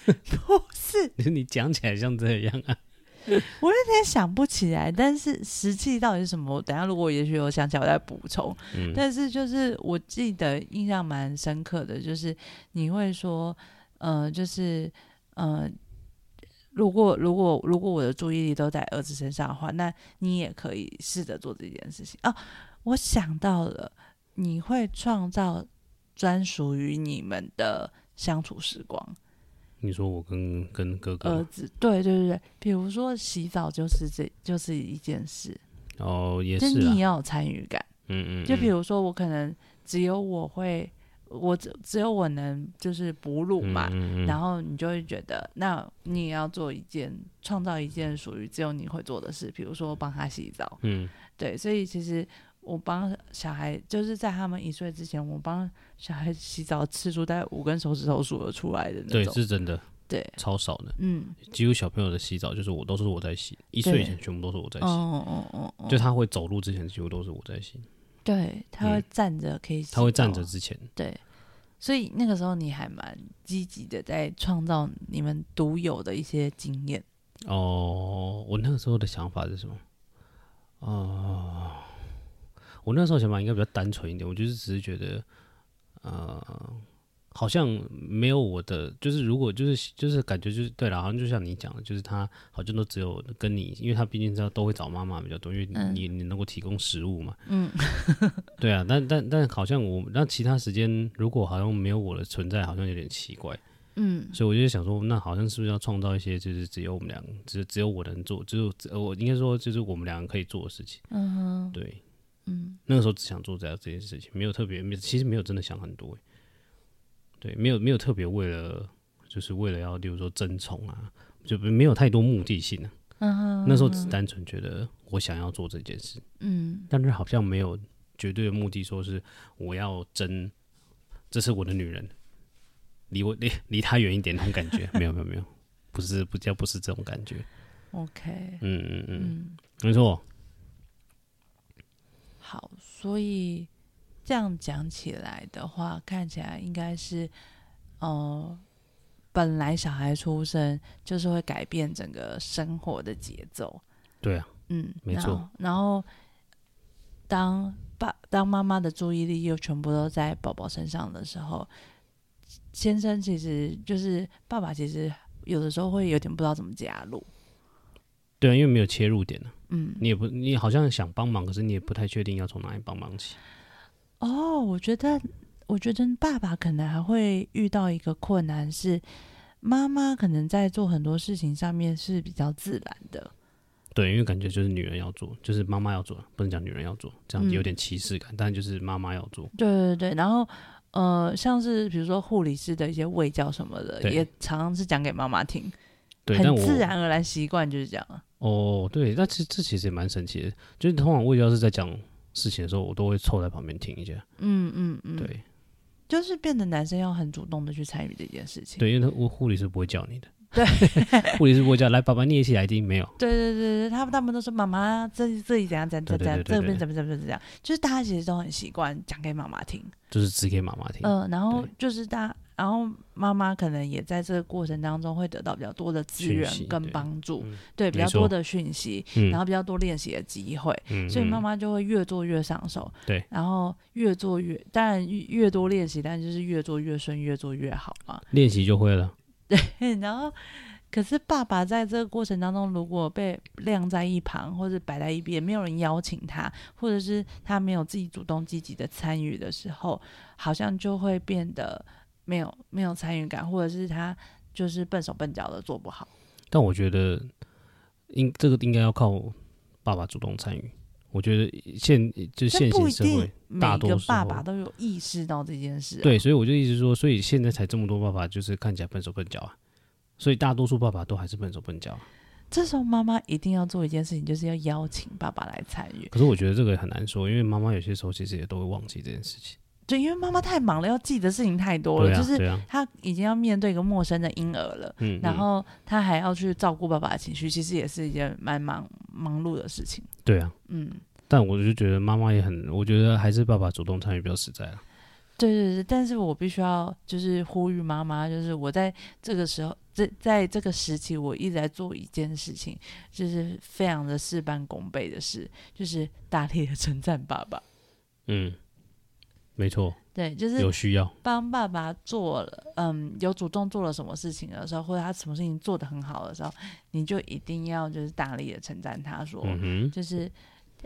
A: 不是，
B: 你讲起来像这样啊，
A: 我有点想不起来，但是实际到底是什么？我等一下如果也许我想起来，我再补充。
B: 嗯，
A: 但是就是我记得印象蛮深刻的，就是你会说，呃，就是呃，如果如果如果我的注意力都在儿子身上的话，那你也可以试着做这件事情哦。我想到了，你会创造专属于你们的相处时光。
B: 你说我跟跟哥哥
A: 儿
B: 吗，
A: 子，对对对对，比如说洗澡就是这就是一件事，
B: 哦，也
A: 就是呃你
B: 啦，
A: 要有参与感。
B: 嗯嗯，
A: 就比
B: 嗯
A: 如说，我可能只有我会，我只只有我能就是哺乳嘛，
B: 嗯嗯嗯
A: 然后你就会觉得，那你也要做一件，创造一件属于只有你会做的事，比如说帮他洗澡。
B: 嗯
A: 对，所以其实我帮小孩，就是在他们一岁之前，我帮小孩洗澡次数大概五根手指头数得出来的那
B: 对，
A: 种。
B: 是真的，
A: 对，
B: 超少的，
A: 嗯，
B: 几乎小朋友的洗澡就是我都是我在洗，一岁以前全部都是我在洗。
A: 哦哦哦哦，
B: 就他会走路之前，几乎都是我在洗。
A: 对，他会
B: 嗯
A: 站着可以洗澡，
B: 他会站着之前，
A: 对，所以那个时候你还蛮积极的，在创造你们独有的一些经验。
B: 哦，我那个时候的想法是什么？哦，我那时候想法应该比较单纯一点，我就是只是觉得，呃，好像没有我的，就是如果就是就是感觉就是对了，好像就像你讲的，就是他好像都只有跟你，因为他毕竟知道都会找妈妈比较多，因为你、
A: 嗯
B: 你你能够提供食物嘛，
A: 嗯，
B: 对啊，但但但好像我那其他时间如果好像没有我的存在，好像有点奇怪。
A: 嗯，
B: 所以我就想说，那好像是不是要创造一些，就是只有我们俩，只只有我能做，只有只呃我应该说，就是我们两个可以做的事情。
A: 嗯哼，
B: 对，
A: 嗯，
B: 那个时候只想做这样这件事情，没有特别，没有其实没有真的想很多。欸对，没有没有特别为了，就是为了要，例如说争宠啊，就没有太多目的性啊。
A: 嗯哼，
B: 那时候只单纯觉得我想要做这件事，
A: 嗯，
B: 但是好像没有绝对的目的，说是我要争，这是我的女人，离我离离她远一点那种感觉，没有没有没有，不是不叫不是这种感觉，
A: ，OK，
B: 嗯嗯嗯，
A: 嗯，
B: 没错，
A: 好，所以这样讲起来的话，看起来应该是，呃。本来小孩出生就是会改变整个生活的节奏，
B: 对啊，
A: 嗯，
B: 没
A: 然
B: 错
A: 后。然后当爸当妈妈的注意力又全部都在宝宝身上的时候，先生其实就是爸爸，其实有的时候会有点不知道怎么加入。
B: 对啊，因为没有切入点啊，
A: 嗯，
B: 你也不你好像想帮忙，可是你也不太确定要从哪里帮忙起，
A: 哦，我觉得，我觉得爸爸可能还会遇到一个困难是。妈妈可能在做很多事情上面是比较自然的，
B: 对，因为感觉就是女人要做，就是妈妈要做，啊不能讲女人要做，这样
A: 嗯
B: 有点歧视感，但就是妈妈要做，
A: 对对对，然后呃，像是比如说护理师的一些卫教什么的，
B: 对
A: 也常常是讲给妈妈听。
B: 对，但
A: 很
B: 我
A: 自然而然习惯就是这样啊。
B: 哦，对，那其这其实也蛮神奇的，就是通常我要是在讲事情的时候，我都会凑在旁边听一下。
A: 嗯嗯嗯，，
B: 对
A: 就是变得男生要很主动的去参与这件事情。
B: 对，因为他我护理是不会叫你的，
A: 对，
B: 护理师不会叫来爸爸你也一起来听，没有，
A: 对对对对，他们他们都说妈妈这里这里怎样怎样
B: 对
A: 怎
B: 对
A: 样，
B: 对对
A: 这边
B: 对
A: 怎么怎么怎么样，就是大家其实都很习惯讲给妈妈听。
B: 就是只给妈妈听。
A: 嗯、然后
B: 对
A: 就是大，然后妈妈可能也在这个过程当中会得到比较多的资
B: 讯
A: 源
B: 息
A: 跟
B: 对
A: 帮助，
B: 嗯
A: 对比较
B: 没
A: 多
B: 错
A: 的讯息，
B: 嗯
A: 然后比较多练习的机会，
B: 嗯
A: 所以妈
B: 嗯
A: 妈就会越做越上手。
B: 对，
A: 然后越做越，当然越越多练习，但就是越做越顺，越做越好嘛。
B: 练习就会了。
A: 然后，可是爸爸在这个过程当中，如果被晾在一旁或者摆在一边，没有人邀请他，或者是他没有自己主动积极的参与的时候，好像就会变得没有没有参与感，或者是他就是笨手笨脚的做不好。
B: 但我觉得应这个应该要靠爸爸主动参与。我觉得现就
A: 这
B: 现
A: 不
B: 行
A: 一
B: 社
A: 定
B: 会，大
A: 每
B: 多
A: 个
B: 时
A: 爸
B: 候
A: 爸都有意识到这件事、啊。
B: 对，所以我就一直说，所以现在才这么多爸爸，就是看起来笨手笨脚啊。所以大多数爸爸都还是笨手笨脚啊、
A: 这时候妈妈一定要做一件事情，就是要邀请爸爸来参与，
B: 可是我觉得这个很难说，因为妈妈有些时候其实也都会忘记这件事情。
A: 对，因为妈妈太忙了，要记的事情太多了，
B: 对啊，
A: 就是
B: 对啊，
A: 她已经要面对一个陌生的婴儿了。
B: 嗯，
A: 然
B: 嗯
A: 后她还要去照顾爸爸的情绪，其实也是一件蛮忙忙碌的事情。
B: 对啊，
A: 嗯，
B: 但我就觉得妈妈也很，我觉得还是爸爸主动参与比较实在啊。
A: 对对对，但是我必须要就是呼吁妈妈，就是我在这个时候，在在这个时期，我一直在做一件事情，就是非常的事半功倍的事，就是大力的称赞爸爸。
B: 嗯，没错，
A: 对，就是
B: 有需要，
A: 帮爸爸做了，嗯，有主动做了什么事情的时候，或者他什么事情做得很好的时候，你就一定要就是大力的称赞他说，
B: 嗯哼，
A: 就是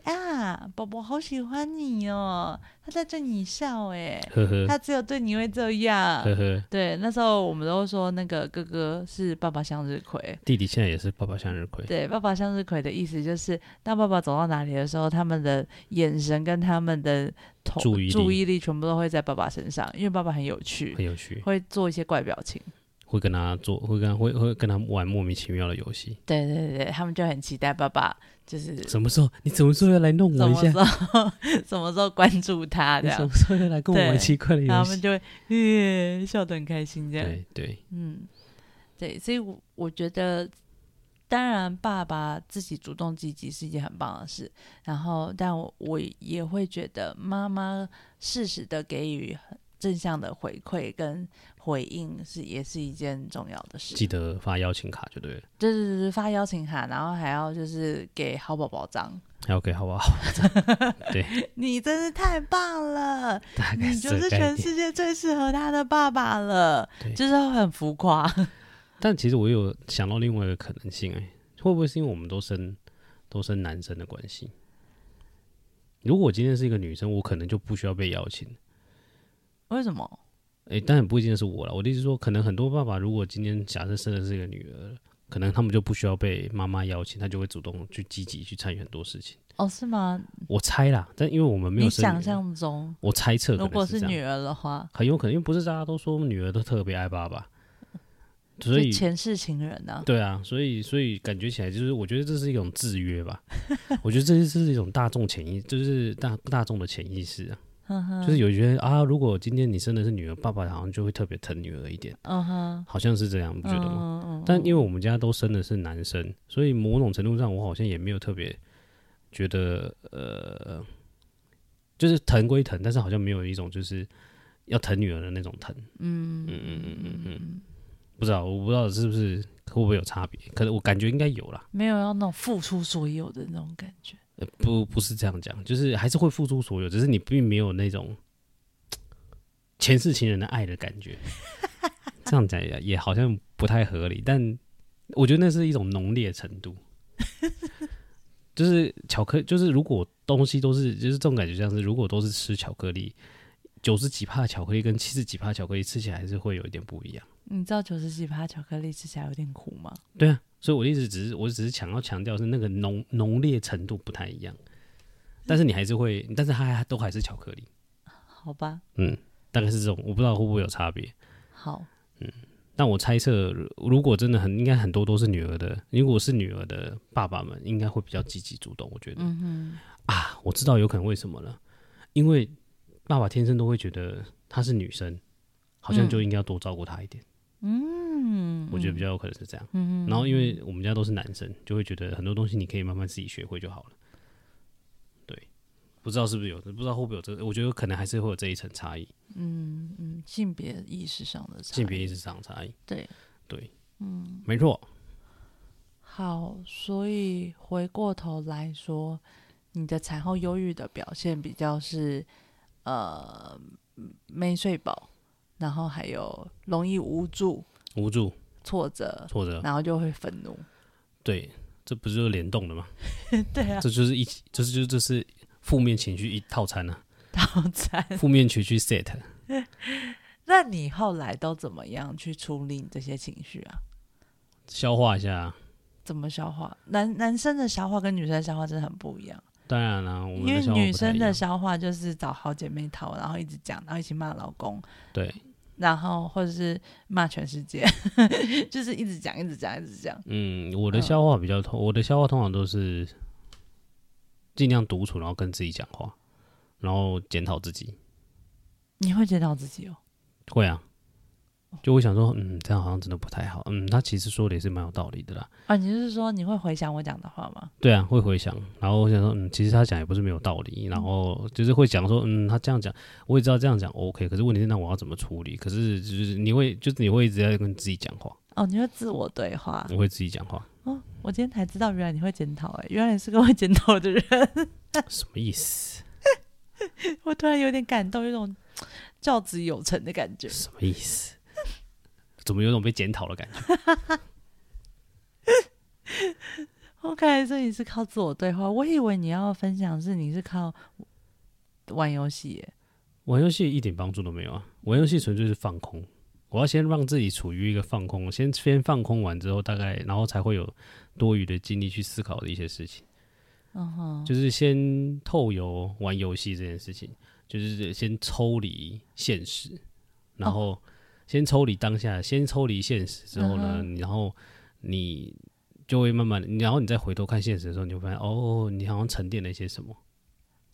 A: 啊，宝宝好喜欢你哦，他在对你笑哎，
B: 呵呵，
A: 他只有对你会这样。
B: 呵呵，
A: 对，那时候我们都说那个哥哥是爸爸向日葵。
B: 弟弟现在也是爸爸向日葵。
A: 对，爸爸向日葵的意思就是，当爸爸走到哪里的时候，他们的眼神跟他们的头
B: 注意力
A: 注意力全部都会在爸爸身上，因为爸爸很有趣。
B: 很有趣，
A: 会做一些怪表情。
B: 会跟他做，会跟他会会跟他玩莫名其妙的游戏。
A: 对对对，他们就很期待爸爸就是
B: 什么时候？你什么时候要来弄
A: 什
B: 我一
A: 么
B: 下
A: 时？候 什么时候关注他这
B: 你什
A: 样
B: 么，时候要来跟我玩
A: 对
B: 奇怪的
A: 然后
B: 游
A: 他们
B: 戏？
A: 就会耶笑得很开心这样。
B: 对对，
A: 嗯，对，所以我我觉得。当然，爸爸自己主动积极是一件很棒的事。然后，但我我也会觉得妈妈适时的给予很正向的回馈跟回应是也是一件重要的事。
B: 记得发邀请卡就对了，
A: 对对对对，发邀请函，然后还要就是给好宝宝章，
B: 还 OK 好不好？
A: 你真是太棒了，
B: 大概
A: 你就
B: 这
A: 是
B: 个概
A: 全
B: 念
A: 世界最适合他的爸爸了
B: 对，
A: 就是很浮夸。
B: 但其实我有想到另外一个可能性、欸，哎，会不会是因为我们都生都生男生的关系？如果我今天是一个女生，我可能就不需要被邀请。
A: 为什么？
B: 哎、当然不一定是我了。我的意思是说，可能很多爸爸如果今天假设生的是一个女儿，可能他们就不需要被妈妈邀请，他就会主动去积极去参与很多事情。
A: 哦，是吗？
B: 我猜啦，但因为我们没有
A: 你
B: 生女儿
A: 想，象中，
B: 我猜测
A: 如
B: 可能
A: 果
B: 是
A: 是
B: 这
A: 女
B: 样，
A: 儿的话，
B: 很有可能，因为不是大家都说女儿都特别爱爸爸，所
A: 就
B: 以
A: 前世情人呢、
B: 对啊，所以所以感觉起来就是，我觉得这是一种制约吧。 我觉得这是这是一种大众潜意，就是大大众的潜意识啊，
A: 哼嗯哼，
B: 就是有觉得啊，如果今天你生的是女儿，爸爸好像就会特别疼女儿一点，
A: 嗯哼，
B: 好像是这样，不觉
A: 嗯
B: 得吗？
A: 嗯嗯，
B: 但因
A: 为
B: 为我们家都生的是男生，所以某种程度上，我好像也没有特别觉得呃，就是疼归疼，但是好像没有一种就是要疼女儿的那种疼。
A: 嗯
B: 嗯嗯嗯嗯嗯，
A: 嗯，
B: 不知道，我不知道是不是会不会有差别，可能我感觉应该有啦。
A: 没有要那种付出所有的那种感觉。
B: 呃不，不是这样讲，就是还是会付出所有，只是你并没有那种嘖前世情人的爱的感觉。这样讲也也好像不太合理，但我觉得那是一种浓烈程度。就是巧克就是如果东西都是，就是这种感觉像是，如果都是吃巧克力，九十几帕巧克力跟七十几帕巧克力吃起来还是会有一点不一样。
A: 你知道九十几趴巧克力吃起来有点苦吗？
B: 对啊，所以我一直只是我只是想要强调是那个浓浓烈程度不太一样，但是你还是会，但是它还都还是巧克力，
A: 好吧，
B: 嗯，大概是这种，我不知道会不会有差别。
A: 好，
B: 但我猜测，如如果真的很应该很多都是女儿的，如果是女儿的爸爸们，应该会比较积极主动。我觉得、
A: 嗯哼。
B: 啊，我知道有可能为什么了，因为爸爸天生都会觉得她是女生，好像就应该要多照顾她一点。
A: 嗯嗯，
B: 我觉得比较有可能是这样。
A: 嗯，嗯，
B: 然后因为我们家都是男生，就会觉得很多东西你可以慢慢自己学会就好了。对，不知道是不是有，不知道会不会有这个，我觉得可能还是会有这一层差异，
A: 嗯嗯，性别意识上的差
B: 性别
A: 异
B: 意识上的差异。
A: 对，
B: 对，
A: 嗯。
B: 没错，
A: 好，所以回过头来说，你的产后忧郁的表现比较是呃没睡饱，然后还有容易无助、
B: 无助、
A: 挫折，
B: 挫折，
A: 然后就会愤怒。
B: 对，这不是就是联动的吗？
A: 对啊，
B: 这就是一起，就是就是就是负面情绪一套餐啊，
A: 好惨。
B: 负面情绪 set。
A: 那你后来都怎么样去处理你这些情绪啊？
B: 消化一下。
A: 怎么消化？男男生的消化跟女生的消化真的很不一样，
B: 当然啦、我
A: 因
B: 们
A: 为
B: 的消化
A: 女
B: 不太
A: 生
B: 一
A: 的
B: 样。
A: 消化就是找好姐妹淘，然后一直讲，然后一起骂老公，
B: 对，
A: 然后或者是骂全世界， 就是一直讲，一直讲，一直讲。
B: 嗯，我的
A: 嗯
B: 消化比较通，我的消化通常都是尽量独处，然后跟自己讲话，然后检讨自己。
A: 你会检讨自己哦，
B: 会啊，就会想说，嗯，这样好像真的不太好。嗯，他其实说的也是蛮有道理的啦。
A: 啊，你是说你会回想我讲的话吗？
B: 对啊，会回想，然后我想说，嗯，其实他讲也不是没有道理，然后就是会讲说，嗯，他这样讲，我也知道这样讲 OK，可是问题是那我要怎么处理？可是就是你会，就是你会一直在跟自己讲话，
A: 哦，你会自我对话
B: 我会自己讲话，
A: 哦。我今天才知道，原来你会检讨，哎，原来你是个会检讨的人。
B: 什么意思？
A: 我突然有点感动，有一种教子有成的感觉。
B: 什么意思？ 怎么有种被检讨的感觉？
A: OK，所以你是靠自我对话，我以为你要分享是你是靠玩游戏欸耶，
B: 玩游戏一点帮助都没有啊！玩游戏纯粹是放空，我要先让自己处于一个放空，先先放空完之后，大概然后才会有多余的精力去思考的一些事情。
A: 嗯哼，
B: 就是先透由玩游戏这件事情，就是先抽离现实，然
A: 哦
B: 后先抽离当下，先抽离现实之后呢，
A: 嗯哼
B: 你然后你就会慢慢，然后你再回头看现实的时候，你就发现哦，你好像沉淀了一些什么。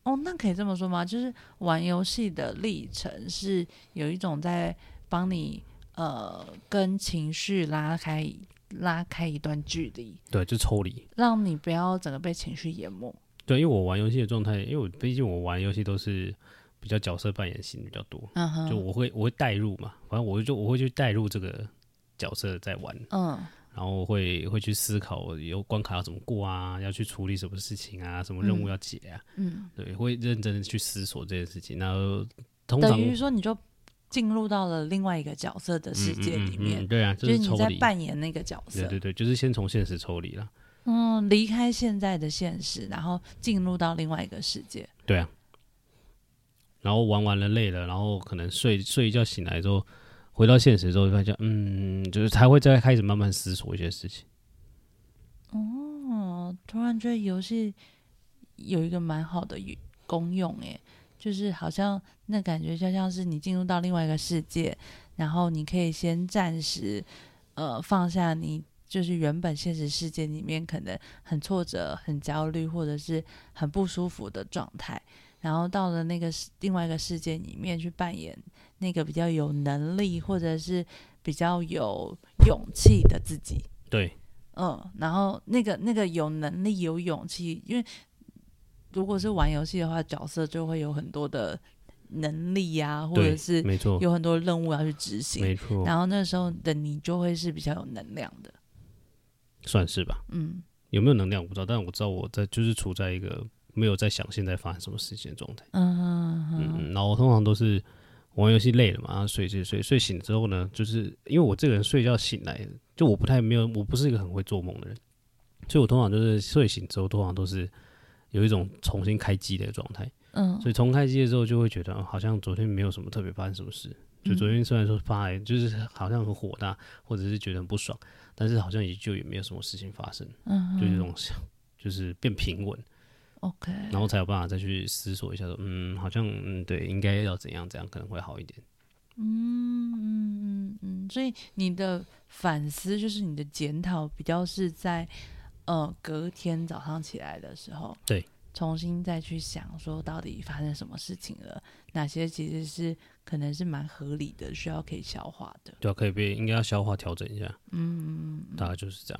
A: 哦，那可以这么说吗？就是玩游戏的历程是有一种在帮你呃跟情绪拉开拉开一段距离，
B: 对，就抽离。
A: 让你不要整个被情绪淹没。
B: 对，因为我玩游戏的状态，因为我毕竟我玩游戏都是比较角色扮演型比较多，
A: 嗯哼，
B: 就我会我会代入嘛，反正我就我会去代入这个角色在玩，
A: 嗯
B: 然后会会去思考有关卡要怎么过啊，要去处理什么事情啊，什么任务要解啊，
A: 嗯，
B: 对，会认真的去思索这件事情。然后通常
A: 等于说你就进入到了另外一个角色的世界里面，
B: 嗯嗯嗯嗯对啊，
A: 就
B: 就是
A: 你
B: 抽
A: 在
B: 离，
A: 扮演那个角色。
B: 对对对，就是先从现实抽离啦。
A: 嗯，离开现在的现实，然后进入到另外一个世界。
B: 对啊，然后玩完了累了，然后可能睡睡一觉醒来之后，回到现实之后，就发现嗯，就是才会再开始慢慢思索一些事情。
A: 哦，突然觉得游戏有一个蛮好的与功用诶，就是好像那感觉就像是你进入到另外一个世界，然后你可以先暂时呃放下你就是原本现实世界里面可能很挫折、很焦虑或者是很不舒服的状态，然后到了那个世另外一个世界里面去扮演那个比较有能力或者是比较有勇气的自己。
B: 对，
A: 嗯，然后那个那个有能力、有勇气，因为如果是玩游戏的话，角色就会有很多的能力呀、或者
B: 对，
A: 是
B: 没错，
A: 有很多任务要去执行。
B: 没错，
A: 然后那时候的你就会是比较有能量的，
B: 算是吧。
A: 嗯，
B: 有没有能量我不知道，但我知道我在就是处在一个没有在想现在发生什么事情的状态。嗯嗯，然后我通常都是玩游戏累了嘛，然后睡睡睡睡醒之后呢，就是因为我这个人睡觉醒来，就我不太没有，我不是一个很会做梦的人，所以我通常就是睡醒之后，通常都是有一种重新开机的状态。
A: 嗯
B: 所以重开机的时候就会觉得、哦好像昨天没有什么特别发生什么事。
A: 嗯
B: 就昨天虽然说发来就是好像很火大，或者是觉得很不爽，但是好像也就也没有什么事情发生，
A: 嗯
B: 就
A: 哼
B: 这种想就是变平稳，
A: ，OK，
B: 然后才有办法再去思索一下说，嗯，好像嗯对，应该要怎样怎样可能会好一点。
A: 嗯嗯嗯嗯，所以你的反思就是你的检讨，比较是在呃隔天早上起来的时候，
B: 对，
A: 重新再去想说到底发生什么事情了，哪些其实是可能是蛮合理的，需要可以消化的。
B: 对啊，可以被应该要消化调整一下。嗯大概就是这样。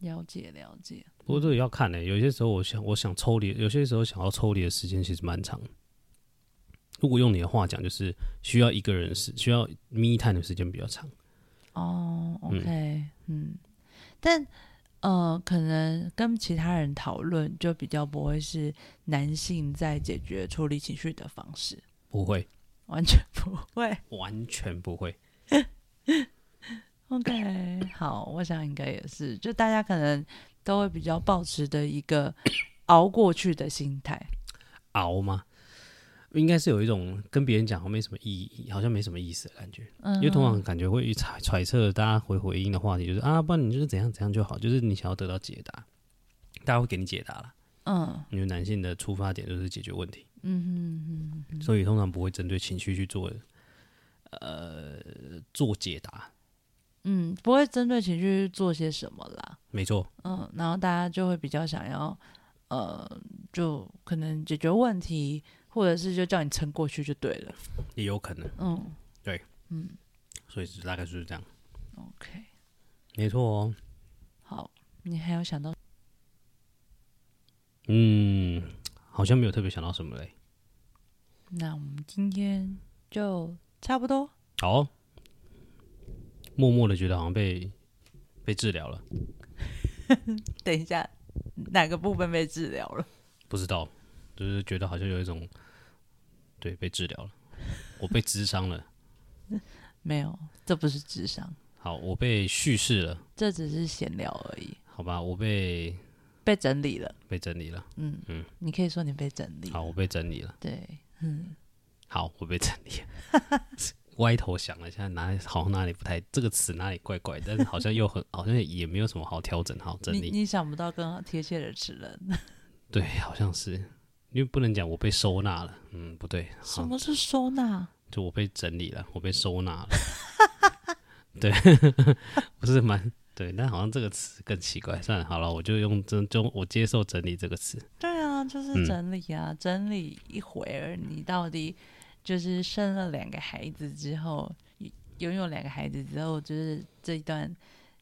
A: 了解了解，
B: 不过这个要看呢、有些时候我想我想抽离，有些时候想要抽离的时间其实蛮长。如果用你的话讲，就是需要一个人是需要 me time 的时间比较长。
A: 哦，OK，嗯但呃，可能跟其他人讨论就比较不会是男性在解决处理情绪的方式，
B: 不会，
A: 完全不会。
B: 完全不会。
A: OK，好，我想应该也是，就大家可能都会比较保持的一个熬过去的心态。
B: 熬吗？应该是有一种跟别人讲好像没什么意义，好像没什么意思的感觉。
A: 嗯，
B: 因为通常感觉会揣揣测大家回回应的话题，就是啊，不然你就是怎样怎样就好，就是你想要得到解答，大家会给你解答啦。
A: 嗯
B: 因为男性的出发点就是解决问题，
A: 嗯嗯嗯，
B: 所以通常不会针对情绪去做，呃，做解答。
A: 嗯，不会针对情绪做些什么啦。
B: 没错，
A: 嗯，然后大家就会比较想要，呃，就可能解决问题，或者是就叫你撑过去就对了。
B: 也有可能，
A: 嗯
B: 所以是大概就是这样。
A: ，OK，
B: 没错哦，
A: 好，你还有想到
B: 嗯，好像没有特别想到什么嘞。
A: 那我们今天就差不多。
B: 好哦，默默的觉得好像被被治疗了，
A: 等一下，哪个部分被治疗了？
B: 不知道，就是觉得好像有一种对被治疗了，我被智商了，
A: 没有，这不是智商，
B: 好，我被叙事了，
A: 这只是闲聊而已，
B: 好吧，我被
A: 被整理了。
B: 被整理了，
A: 嗯
B: 嗯，
A: 你可以说你被整理了。
B: 好，我被整理了，
A: 对，
B: 好，我被整理了。 歪头想了一下，哪里好像哪里不太这个词哪里怪怪，但是好像又很好像也没有什么好调整好整
A: 你
B: 理，
A: 你想不到更贴切的词了。
B: 对， 好像是因为不能讲我被收纳了，嗯，不对，
A: 什
B: 好。
A: 么是收纳？
B: 就我被整理了，我被收纳了。 对， 不是蛮对，但好像这个词更奇怪。算了，好了，我就用真就我接受“整理”这个词。
A: 对啊，就是
B: 嗯
A: 整理啊，整理一会儿，你到底就是生了两个孩子之后，拥拥有两个孩子之后，就是这一段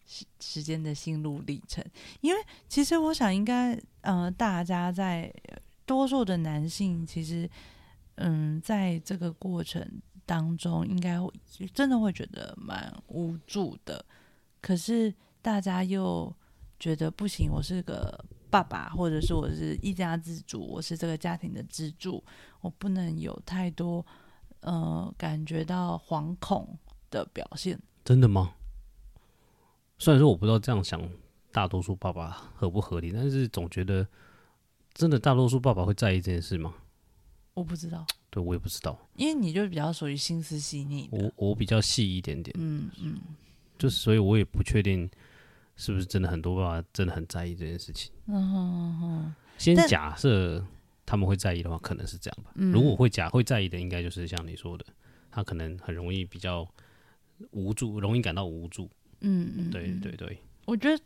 A: 时时间的心路历程。因为其实我想，应该呃，大家在多数的男性，其实嗯，在这个过程当中，应该会真的会觉得蛮无助的。可是大家又觉得不行，我是个爸爸，或者是我是一家之主，我是这个家庭的支柱，我不能有太多呃感觉到惶恐的表现。
B: 真的吗？虽然说我不知道这样想大多数爸爸合不合理，但是总觉得真的大多数爸爸会在意这件事吗？
A: 我不知道，
B: 对我也不知道，
A: 因为你就比较属于心思细腻的，
B: 我我比较细一点点，
A: 嗯嗯
B: 就是所以我也不确定是不是真的很多爸爸真的很在意这件事情。
A: 嗯哼哼
B: 先
A: 但
B: 假设他们会在意的话，可能是这样吧。
A: 嗯
B: 如果会假会在意的，应该就是像你说的，他可能很容易比较无助，容易感到无助。
A: 嗯嗯，
B: 对
A: 嗯
B: 对对，
A: 我觉得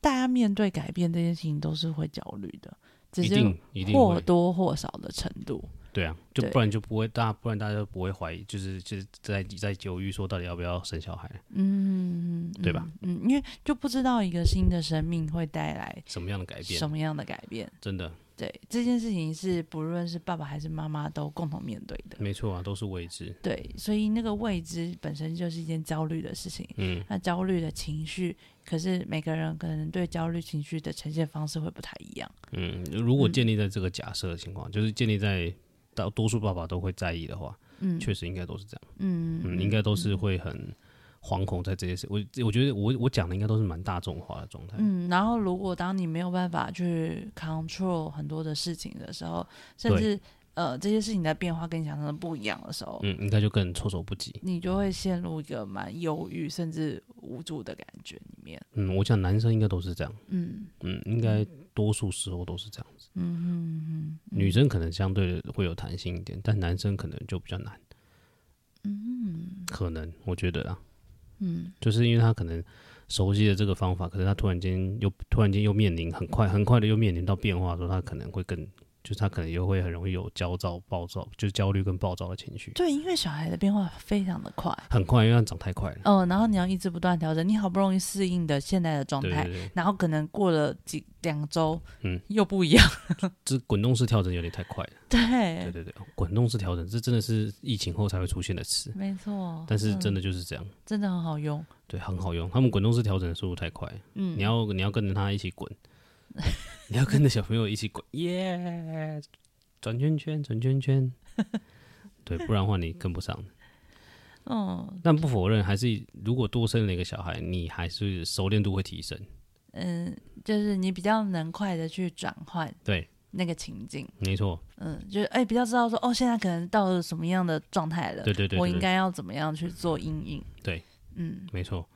A: 大家面对改变这件事情都是会焦虑的，只
B: 一
A: 是
B: 定一定
A: 或
B: 会。
A: 多或少的程度。
B: 对啊，就
A: 对
B: 不然就不会大家，不然大家就不会怀疑，就是就是在在犹豫说到底要不要生小孩，
A: 嗯，嗯
B: 对吧？
A: 嗯，因为就不知道一个新的生命会带来
B: 什么样的改变
A: 什？么样的改变。
B: 真的
A: 对这件事情是不论是爸爸还是妈妈都共同面对的。
B: 没错啊，都是未知。
A: 对，所以那个未知本身就是一件焦虑的事情。
B: 嗯，
A: 那焦虑的情绪，可是每个人可能对焦虑情绪的呈现方式会不太一样。
B: 嗯，如果建立在这个假设的情况，就是建立在大多数爸爸都会在意的话，
A: 嗯，
B: 确实应该都是这样。
A: 嗯
B: 嗯，应该都是会很惶恐在这些事。我我觉得我我讲的应该都是蛮大众化的状态。
A: 嗯，然后如果当你没有办法去 control 很多的事情的时候，甚
B: 对
A: 至呃这些事情的变化跟你想象的不一样的时候，
B: 嗯，应该就更措手不及。
A: 你就会陷入一个蛮忧郁甚至无助的感觉里面。
B: 嗯，我想男生应该都是这样。
A: 嗯
B: 嗯，应该多数时候都是这样子。
A: 嗯哼嗯哼
B: 女生可能相对的会有弹性一点，但男生可能就比较难。
A: 嗯
B: 可能我觉得啦，
A: 嗯
B: 就是因为他可能熟悉的这个方法，可是他突然间又突然间又面临很快很快的又面临到变化的时候，他可能会更就是他可能又会很容易有焦躁、暴躁，就是焦虑跟暴躁的情绪，
A: 对，因为小孩的变化非常的快，
B: 很快，因为他长太快了。
A: 嗯、然后你要一直不断调整，你好不容易适应的现在的状
B: 对
A: 态，
B: 对对，
A: 然后可能过了几两周，
B: 嗯，
A: 又不一样，
B: 这滚动式调整有点太快了。
A: 对，
B: 对对对，滚动式调整这真的是疫情后才会出现的词，
A: 没错，
B: 但是真
A: 的、
B: 的就是这样，
A: 真的很好用，
B: 对，很好用。他们滚动式调整的速度太快，
A: 嗯，
B: 你要你要跟着他一起滚， 你要跟着小朋友一起滚，耶、转圈圈，转圈圈，对，不然的话你跟不上的。
A: 嗯
B: 但不否认，还是如果多生了一个小孩，你还是熟练度会提升。
A: 嗯，就是你比较能快的去转换
B: 对，
A: 那个情境，
B: 没错，
A: 嗯，就是哎、比较知道说哦，现在可能到了什么样的状态了，
B: 对对对对
A: 我应
B: 对
A: 该要怎么样去做阴影，
B: 对，
A: 嗯，
B: 没错。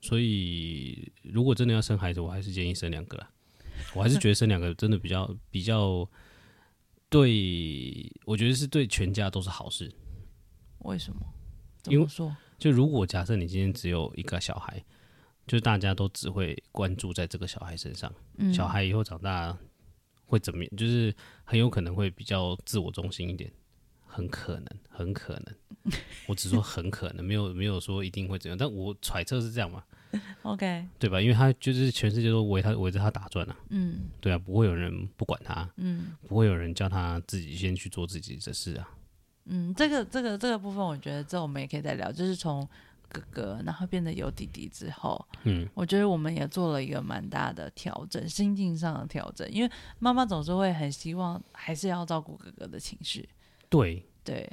B: 所以如果真的要生孩子，我还是建议生两个啦。我还是觉得生两个真的比较比较对，我觉得是对全家都是好事。
A: 为什么？怎
B: 因为
A: 么说？
B: 就如果假设你今天只有一个小孩，就是大家都只会关注在这个小孩身上，
A: 嗯，
B: 小孩以后长大会怎么样？就是很有可能会比较自我中心一点，很可能，很可能。我只说很可能，没有没有说一定会怎样，但我揣测是这样嘛，
A: ，OK，
B: 对吧？因为他就是全世界都围他围着他打转啊，
A: 嗯
B: 对啊，不会有人不管他，
A: 嗯
B: 不会有人叫他自己先去做自己的事啊。
A: 嗯，这个这个这个部分，我觉得这我们也可以再聊，就是从哥哥然后变得有弟弟之后，
B: 嗯，
A: 我觉得我们也做了一个蛮大的调整，心境上的调整，因为妈妈总是会很希望还是要照顾哥哥的情绪，
B: 对，
A: 对，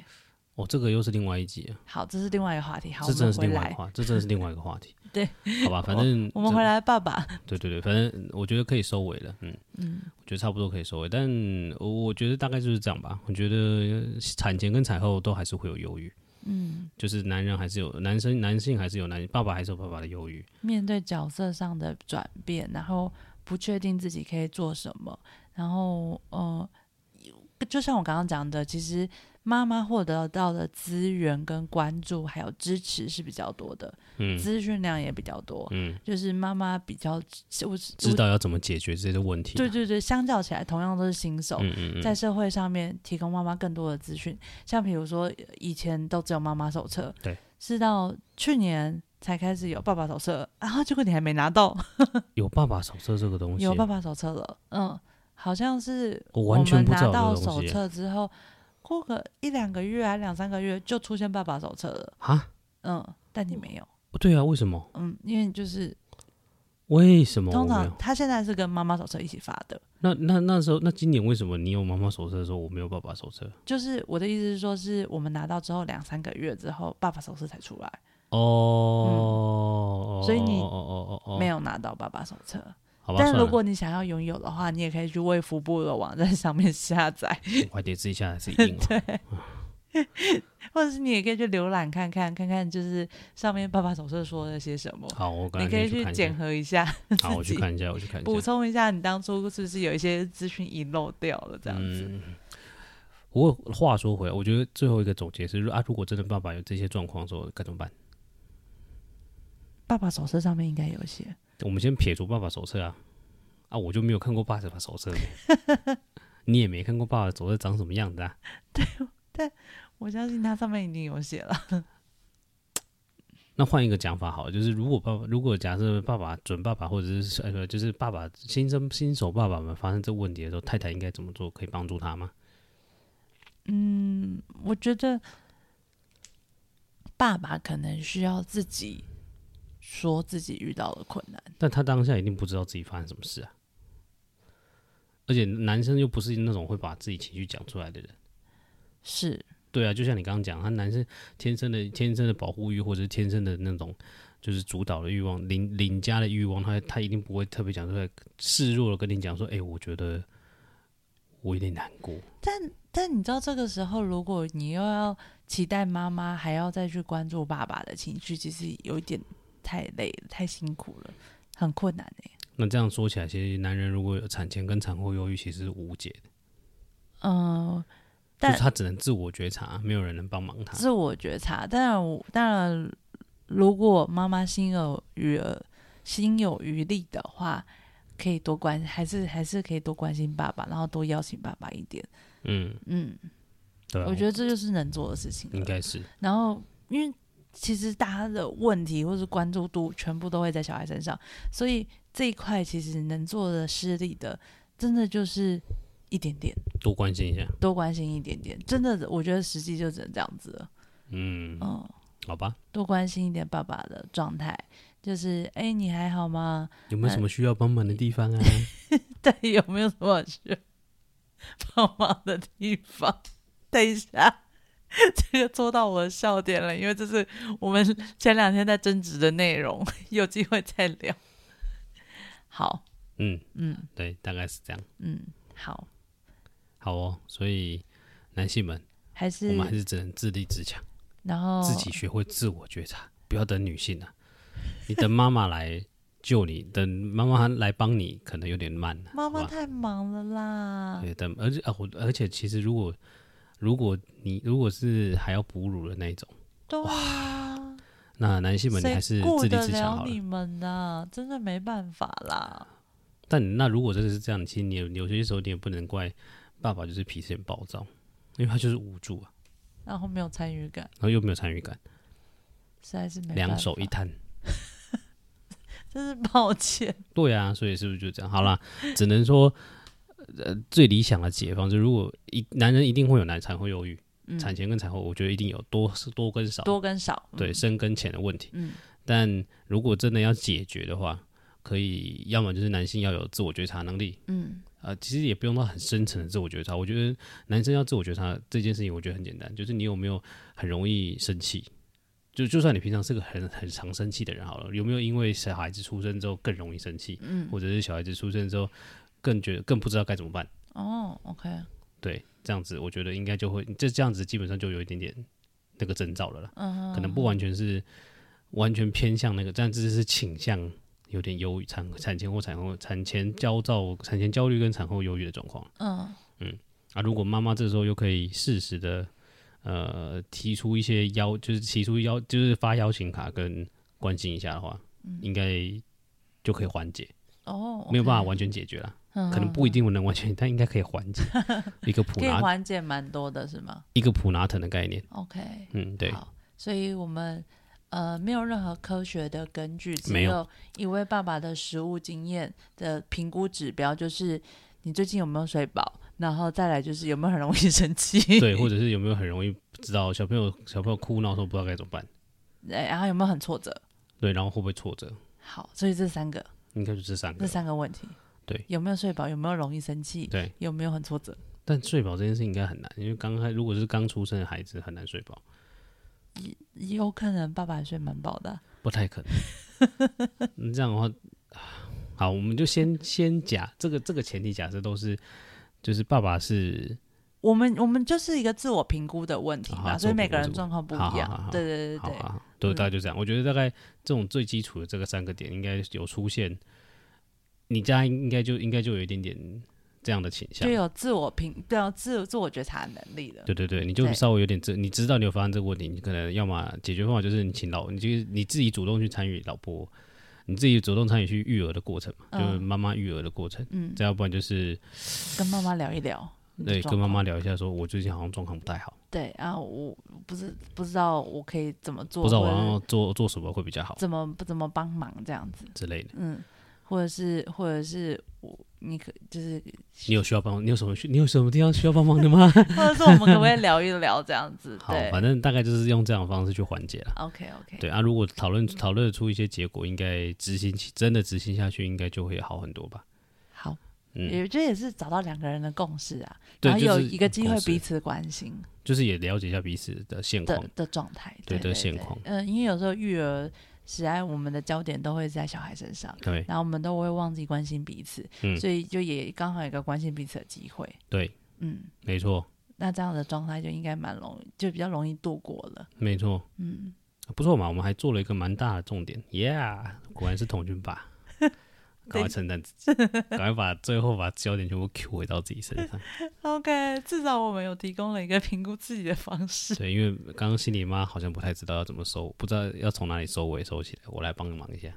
B: 哦，这个又是另外一集啊，
A: 好，这是另外一个话题，好，
B: 这
A: 我
B: 真的
A: 们
B: 是
A: 回
B: 另外一
A: 来
B: 个，话，这真的是另外一个话题。
A: 对，
B: 好吧，反正
A: 我们
B: 这
A: 回来，爸爸，
B: 对对对，反正我觉得可以收尾了，嗯嗯，我觉得差不多可以收尾，但我我觉得大概就是这样吧。我觉得产前跟产后都还是会有忧郁，
A: 嗯，
B: 就是男人还是有男生男性还是有男爸爸还是有爸爸的忧郁，
A: 面对角色上的转变，然后不确定自己可以做什么，然后呃，就像我刚刚讲的，其实妈妈获得到的资源跟关注还有支持是比较多的，
B: 嗯
A: 资讯量也比较多，
B: 嗯，
A: 就是妈妈比较我
B: 知道要怎么解决这些问题，
A: 对对对，相较起来同样都是新手，
B: 嗯嗯嗯，
A: 在社会上面提供妈妈更多的资讯，像比如说呃以前都只有妈妈手册，
B: 对，
A: 是到去年才开始有爸爸手册，然后结果你还没拿到，
B: 有爸爸手册这个东西，
A: 有爸爸手册了，嗯，好像是
B: 我
A: 我
B: 完全
A: 们
B: 不知
A: 拿
B: 道
A: 到
B: 这个东
A: 手
B: 西
A: 册之后，过个一两个月还两三个月就出现爸爸手册了，
B: 啊，
A: 嗯，但你没有，
B: 对啊，为什么？
A: 嗯，因为就是
B: 为什么我
A: 通
B: 没
A: 常
B: 有？
A: 他现在是跟妈妈手册一起发的，
B: 那那那时候，那今年为什么你有妈妈手册的时候，我没有爸爸手册？
A: 就是我的意思是说，是我们拿到之后两三个月之后，爸爸手册才出来。
B: 哦，
A: 所以你
B: 哦哦哦哦，
A: 没有拿到爸爸手册。
B: 好吧，
A: 但
B: 算
A: 如
B: 了
A: 果你想要拥有的话，你也可以去卫福部的网站上面下载，
B: 我还得自己下来自己印哦。
A: 或者是你也可以去浏览看看，看看就是上面爸爸手册说了些什么，
B: 好，我赶
A: 你可
B: 紧
A: 以
B: 去
A: 去
B: 看一
A: 检
B: 下。
A: 核一下，
B: 好，我
A: 自
B: 去
A: 己
B: 看一下，我去看一下。
A: 补充一下你当初是不是有一些资讯遗漏掉了这样子。
B: 嗯，不过话说回来，我觉得最后一个总结是啊，如果真的爸爸有这些状况的时候，该怎么办？
A: 爸爸手册上面应该有写，
B: 我们先撇除爸爸手册啊，啊，我就没有看过爸爸手册没你也没看过爸爸手册长什么样子啊？
A: 我相信它上面一定有写了。
B: 那换一个讲法好了，就是如果爸爸，如果假设爸爸、准爸爸或者是呃，就是爸爸新生新手爸爸们发生这问题的时候，太太应该怎么做？可以帮助他吗？
A: 嗯， 我觉得爸爸可能需要自己说自己遇到的困难。
B: 但他当下一定不知道自己发生什么事啊。而且男生又不是那种会把自己情绪讲出来的人，
A: 是，
B: 对啊，就像你刚刚讲，他男生天生的天生的保护欲，或者是天生的那种就是主导的欲望、领领家的欲望，他他一定不会特别讲出来，示弱的跟你讲说，哎、我觉得我有点难过，
A: 但你知道，这个时候如果你又要期待妈妈，还要再去关注爸爸的情绪，其实有一点太累了，太辛苦了，很困难哎、
B: 那这样说起来，其实男人如果有产前跟产后忧郁，其实是无解的，
A: 嗯、
B: 就
A: 但
B: 是他只能自我觉察，没有人能帮忙他。
A: 自我觉察。当然我，当然，如果妈妈心有余而呃心有余力的话，可以多关，还是还是可以多关心爸爸，然后多邀请爸爸一点。
B: 嗯，
A: 嗯，
B: 对啊，
A: 我觉得这就是能做的事情了。
B: 应该是，
A: 然后因为其实大家的问题或是关注度全部都会在小孩身上，所以这一块其实能做的施力的，真的就是一点点，
B: 多关心一下。
A: 多关心一点点。真的，我觉得实际就只能这样子了。
B: 嗯，
A: 嗯，
B: 好吧，
A: 多关心一点爸爸的状态，就是哎、你还好吗？
B: 有没有什么需要帮忙的地方啊？
A: 对，有没有什么需要帮忙的地方？ 等一下， 这个戳到我的笑点了，因为这是我们前两天在争执的内容， 有机会再聊。好，
B: 嗯，
A: 嗯
B: 对，大概是这样。
A: 嗯，好，
B: 好哦，所以男性们，
A: 还
B: 我
A: 是哦
B: 们还是只能自立自强，
A: 然后
B: 自己学会自我觉察，不要等女性啊。你等妈妈来救你，等妈妈来帮你，可能有点慢啊。
A: 妈
B: 好
A: 妈
B: 吧
A: 太忙了啦，
B: 对，等而且啊，我而且其实如果如果你如果是还要哺乳的那一种，
A: 对啊，
B: 那男性们你
A: 谁
B: 还是
A: 顾
B: 自立
A: 得
B: 自强
A: 了
B: 好
A: 你
B: 了。
A: 们呢、真的没办法啦。
B: 但那如果真的是这样，其实你有有些时候你也不能怪爸爸，就是脾气很暴躁，因为他就是无助啊，
A: 然后没有参与感，
B: 然后又没有参与感，
A: 实在是没办
B: 两
A: 法
B: 手一，摊。
A: 真是抱 歉。
B: 对啊，所以是不是就这样？好啦， 只能说，呃，最理想的解放就是，如果一男人一定会有难产后忧郁，
A: 嗯
B: 产前跟产后，我觉得一定有多是多跟少，
A: 多跟少，嗯
B: 对，深跟浅的问题。
A: 嗯
B: 但如果真的要解决的话，可以要么就是男性要有自我觉察能力，
A: 嗯
B: 啊，其实也不用到很深层的自我觉察。我觉得男生要自我觉察这件事情，我觉得很简单，就是你有没有很容易生气。就就算你平常是个很很常生气的人好了，有没有因为小孩子出生之后更容易生气，
A: 嗯，
B: 或者是小孩子出生之后更觉得更不知道该怎么办？
A: 哦，OK，
B: 对，这样子我觉得应该就会，这这样子基本上就有一点点那个征兆了啦。
A: 嗯，
B: 可能不完全是完全偏向那个，但这是倾向有点忧郁产产前或产后产前焦躁、产前焦虑跟产后忧郁的状况
A: 嗯
B: 啊。如果妈妈这时候又可以适时的呃提出一些邀，就是提出邀，就是发邀请卡跟关心一下的话，
A: 嗯
B: 应该就可以缓解，
A: 哦，
B: 没有办法完全解决啦，
A: 嗯，
B: 可能不一定能完全，但应该可以缓 解一个普
A: 可以
B: 拿
A: 缓解蛮多的，是吗
B: 一个普拿疼的概念。
A: ？OK，
B: 嗯，对，
A: 好，所以我们呃没有任何科学的根据，只
B: 没有
A: 有一位爸爸的实物经验的评估指标，就是你最近有没有睡饱，然后再来就是有没有很容易生气，
B: 对，或者是有没有很容易不知道小朋友小朋友哭闹的时候不知道该怎么办？
A: 对，然后有没有很挫折？
B: 对，然后会不会挫折？
A: 好，所以这三个
B: 应该就这三
A: 这
B: 个。
A: 三个问题，
B: 对，
A: 有没有睡饱，有没有容易生气，
B: 对，
A: 有没有很挫折？
B: 但睡饱这件事情应该很难，因为刚开如果是刚出生的孩子很难睡饱，
A: 有可能爸爸睡蛮饱的啊、
B: 不太可能。 嗯这样的话，好，我们就先先假这个这个前提假设都是，就是爸爸是
A: 我们我们就是一个自我评估的问题
B: 好
A: 嘛，
B: 好
A: 所以每个
B: 啊
A: 人
B: 自我评估
A: 状况不
B: 好
A: 一
B: 好
A: 样。
B: 好好
A: 对对
B: 啊好
A: 对对，
B: 好好，对，
A: 嗯
B: 大概就这样。我觉得大概这种最基础的这个三个点应该有出现，你家应该就应该就有一点点这样的倾向
A: 就。有自我评，对啊，自自我觉察能力了。
B: 对对对，你就
A: 对
B: 稍微有点知，你知道你有发生这个问题，你可能要么解决方法就是你请老，你就是你自己主动去参与老婆，你自己主动参与去育儿的过程嘛，就是
A: 嗯
B: 妈妈育儿的过程。
A: 嗯，
B: 再要不然就是
A: 跟妈妈聊一聊。
B: 对
A: 状
B: 跟妈
A: 况
B: 妈聊一下说我最近好像状况不太好，
A: 对啊，我不是不知道我可以怎么做，
B: 不知道
A: 或
B: 我
A: 者
B: 要
A: 是
B: 做做什么会比较好
A: 怎么不怎么帮忙这样子，
B: 之类的。
A: 嗯，或者是或者是我你可就是，
B: 你有需要帮忙？你有什么需？你有什么地方需要帮忙 的吗？
A: 或者是我们可不可以聊一聊这样子？
B: 好
A: 对，
B: 反正大概就是用这样的方式去缓解了。
A: OK OK，
B: 对啊，如果讨论讨论出一些结果，应该执行起真的执行下去，应该就会好很多吧。
A: 好，
B: 嗯，
A: 也这也是找到两个人的共识啊，
B: 对
A: 然后
B: 就
A: 有
B: 是
A: 一个机
B: 共
A: 会
B: 识
A: 彼此关心。
B: 就是也了解一下彼此的现况
A: 的。的状态，
B: 对
A: 对
B: 的现况
A: 嗯、因为有时候育儿，实在我们的焦点都会在小孩身上，
B: 对，
A: 然后我们都会忘记关心彼此，
B: 嗯
A: 所以就也刚好有一个关心彼此的机会。
B: 对，
A: 嗯，
B: 没错，
A: 那这样的状态就应该蛮容易，就比较容易度过了。
B: 没错，
A: 嗯，
B: 不错嘛，我们还做了一个蛮大的重点，Yeah，果然是童军吧，赶快称赞自己，赶快把最后把焦点全部 Q 回到自己身上。
A: OK，至少我们有提供了一个评估自己的方式。
B: 对，因为刚刚心里妈好像不太知道要怎么收，不知道要从哪里收尾收起来，我来帮个忙一下。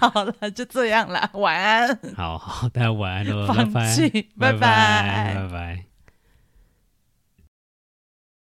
A: 好了，就这样啦，晚安，
B: 好好，大家晚安喽，拜
A: 放
B: 拜，
A: 弃，拜
B: 拜
A: 拜
B: 拜拜。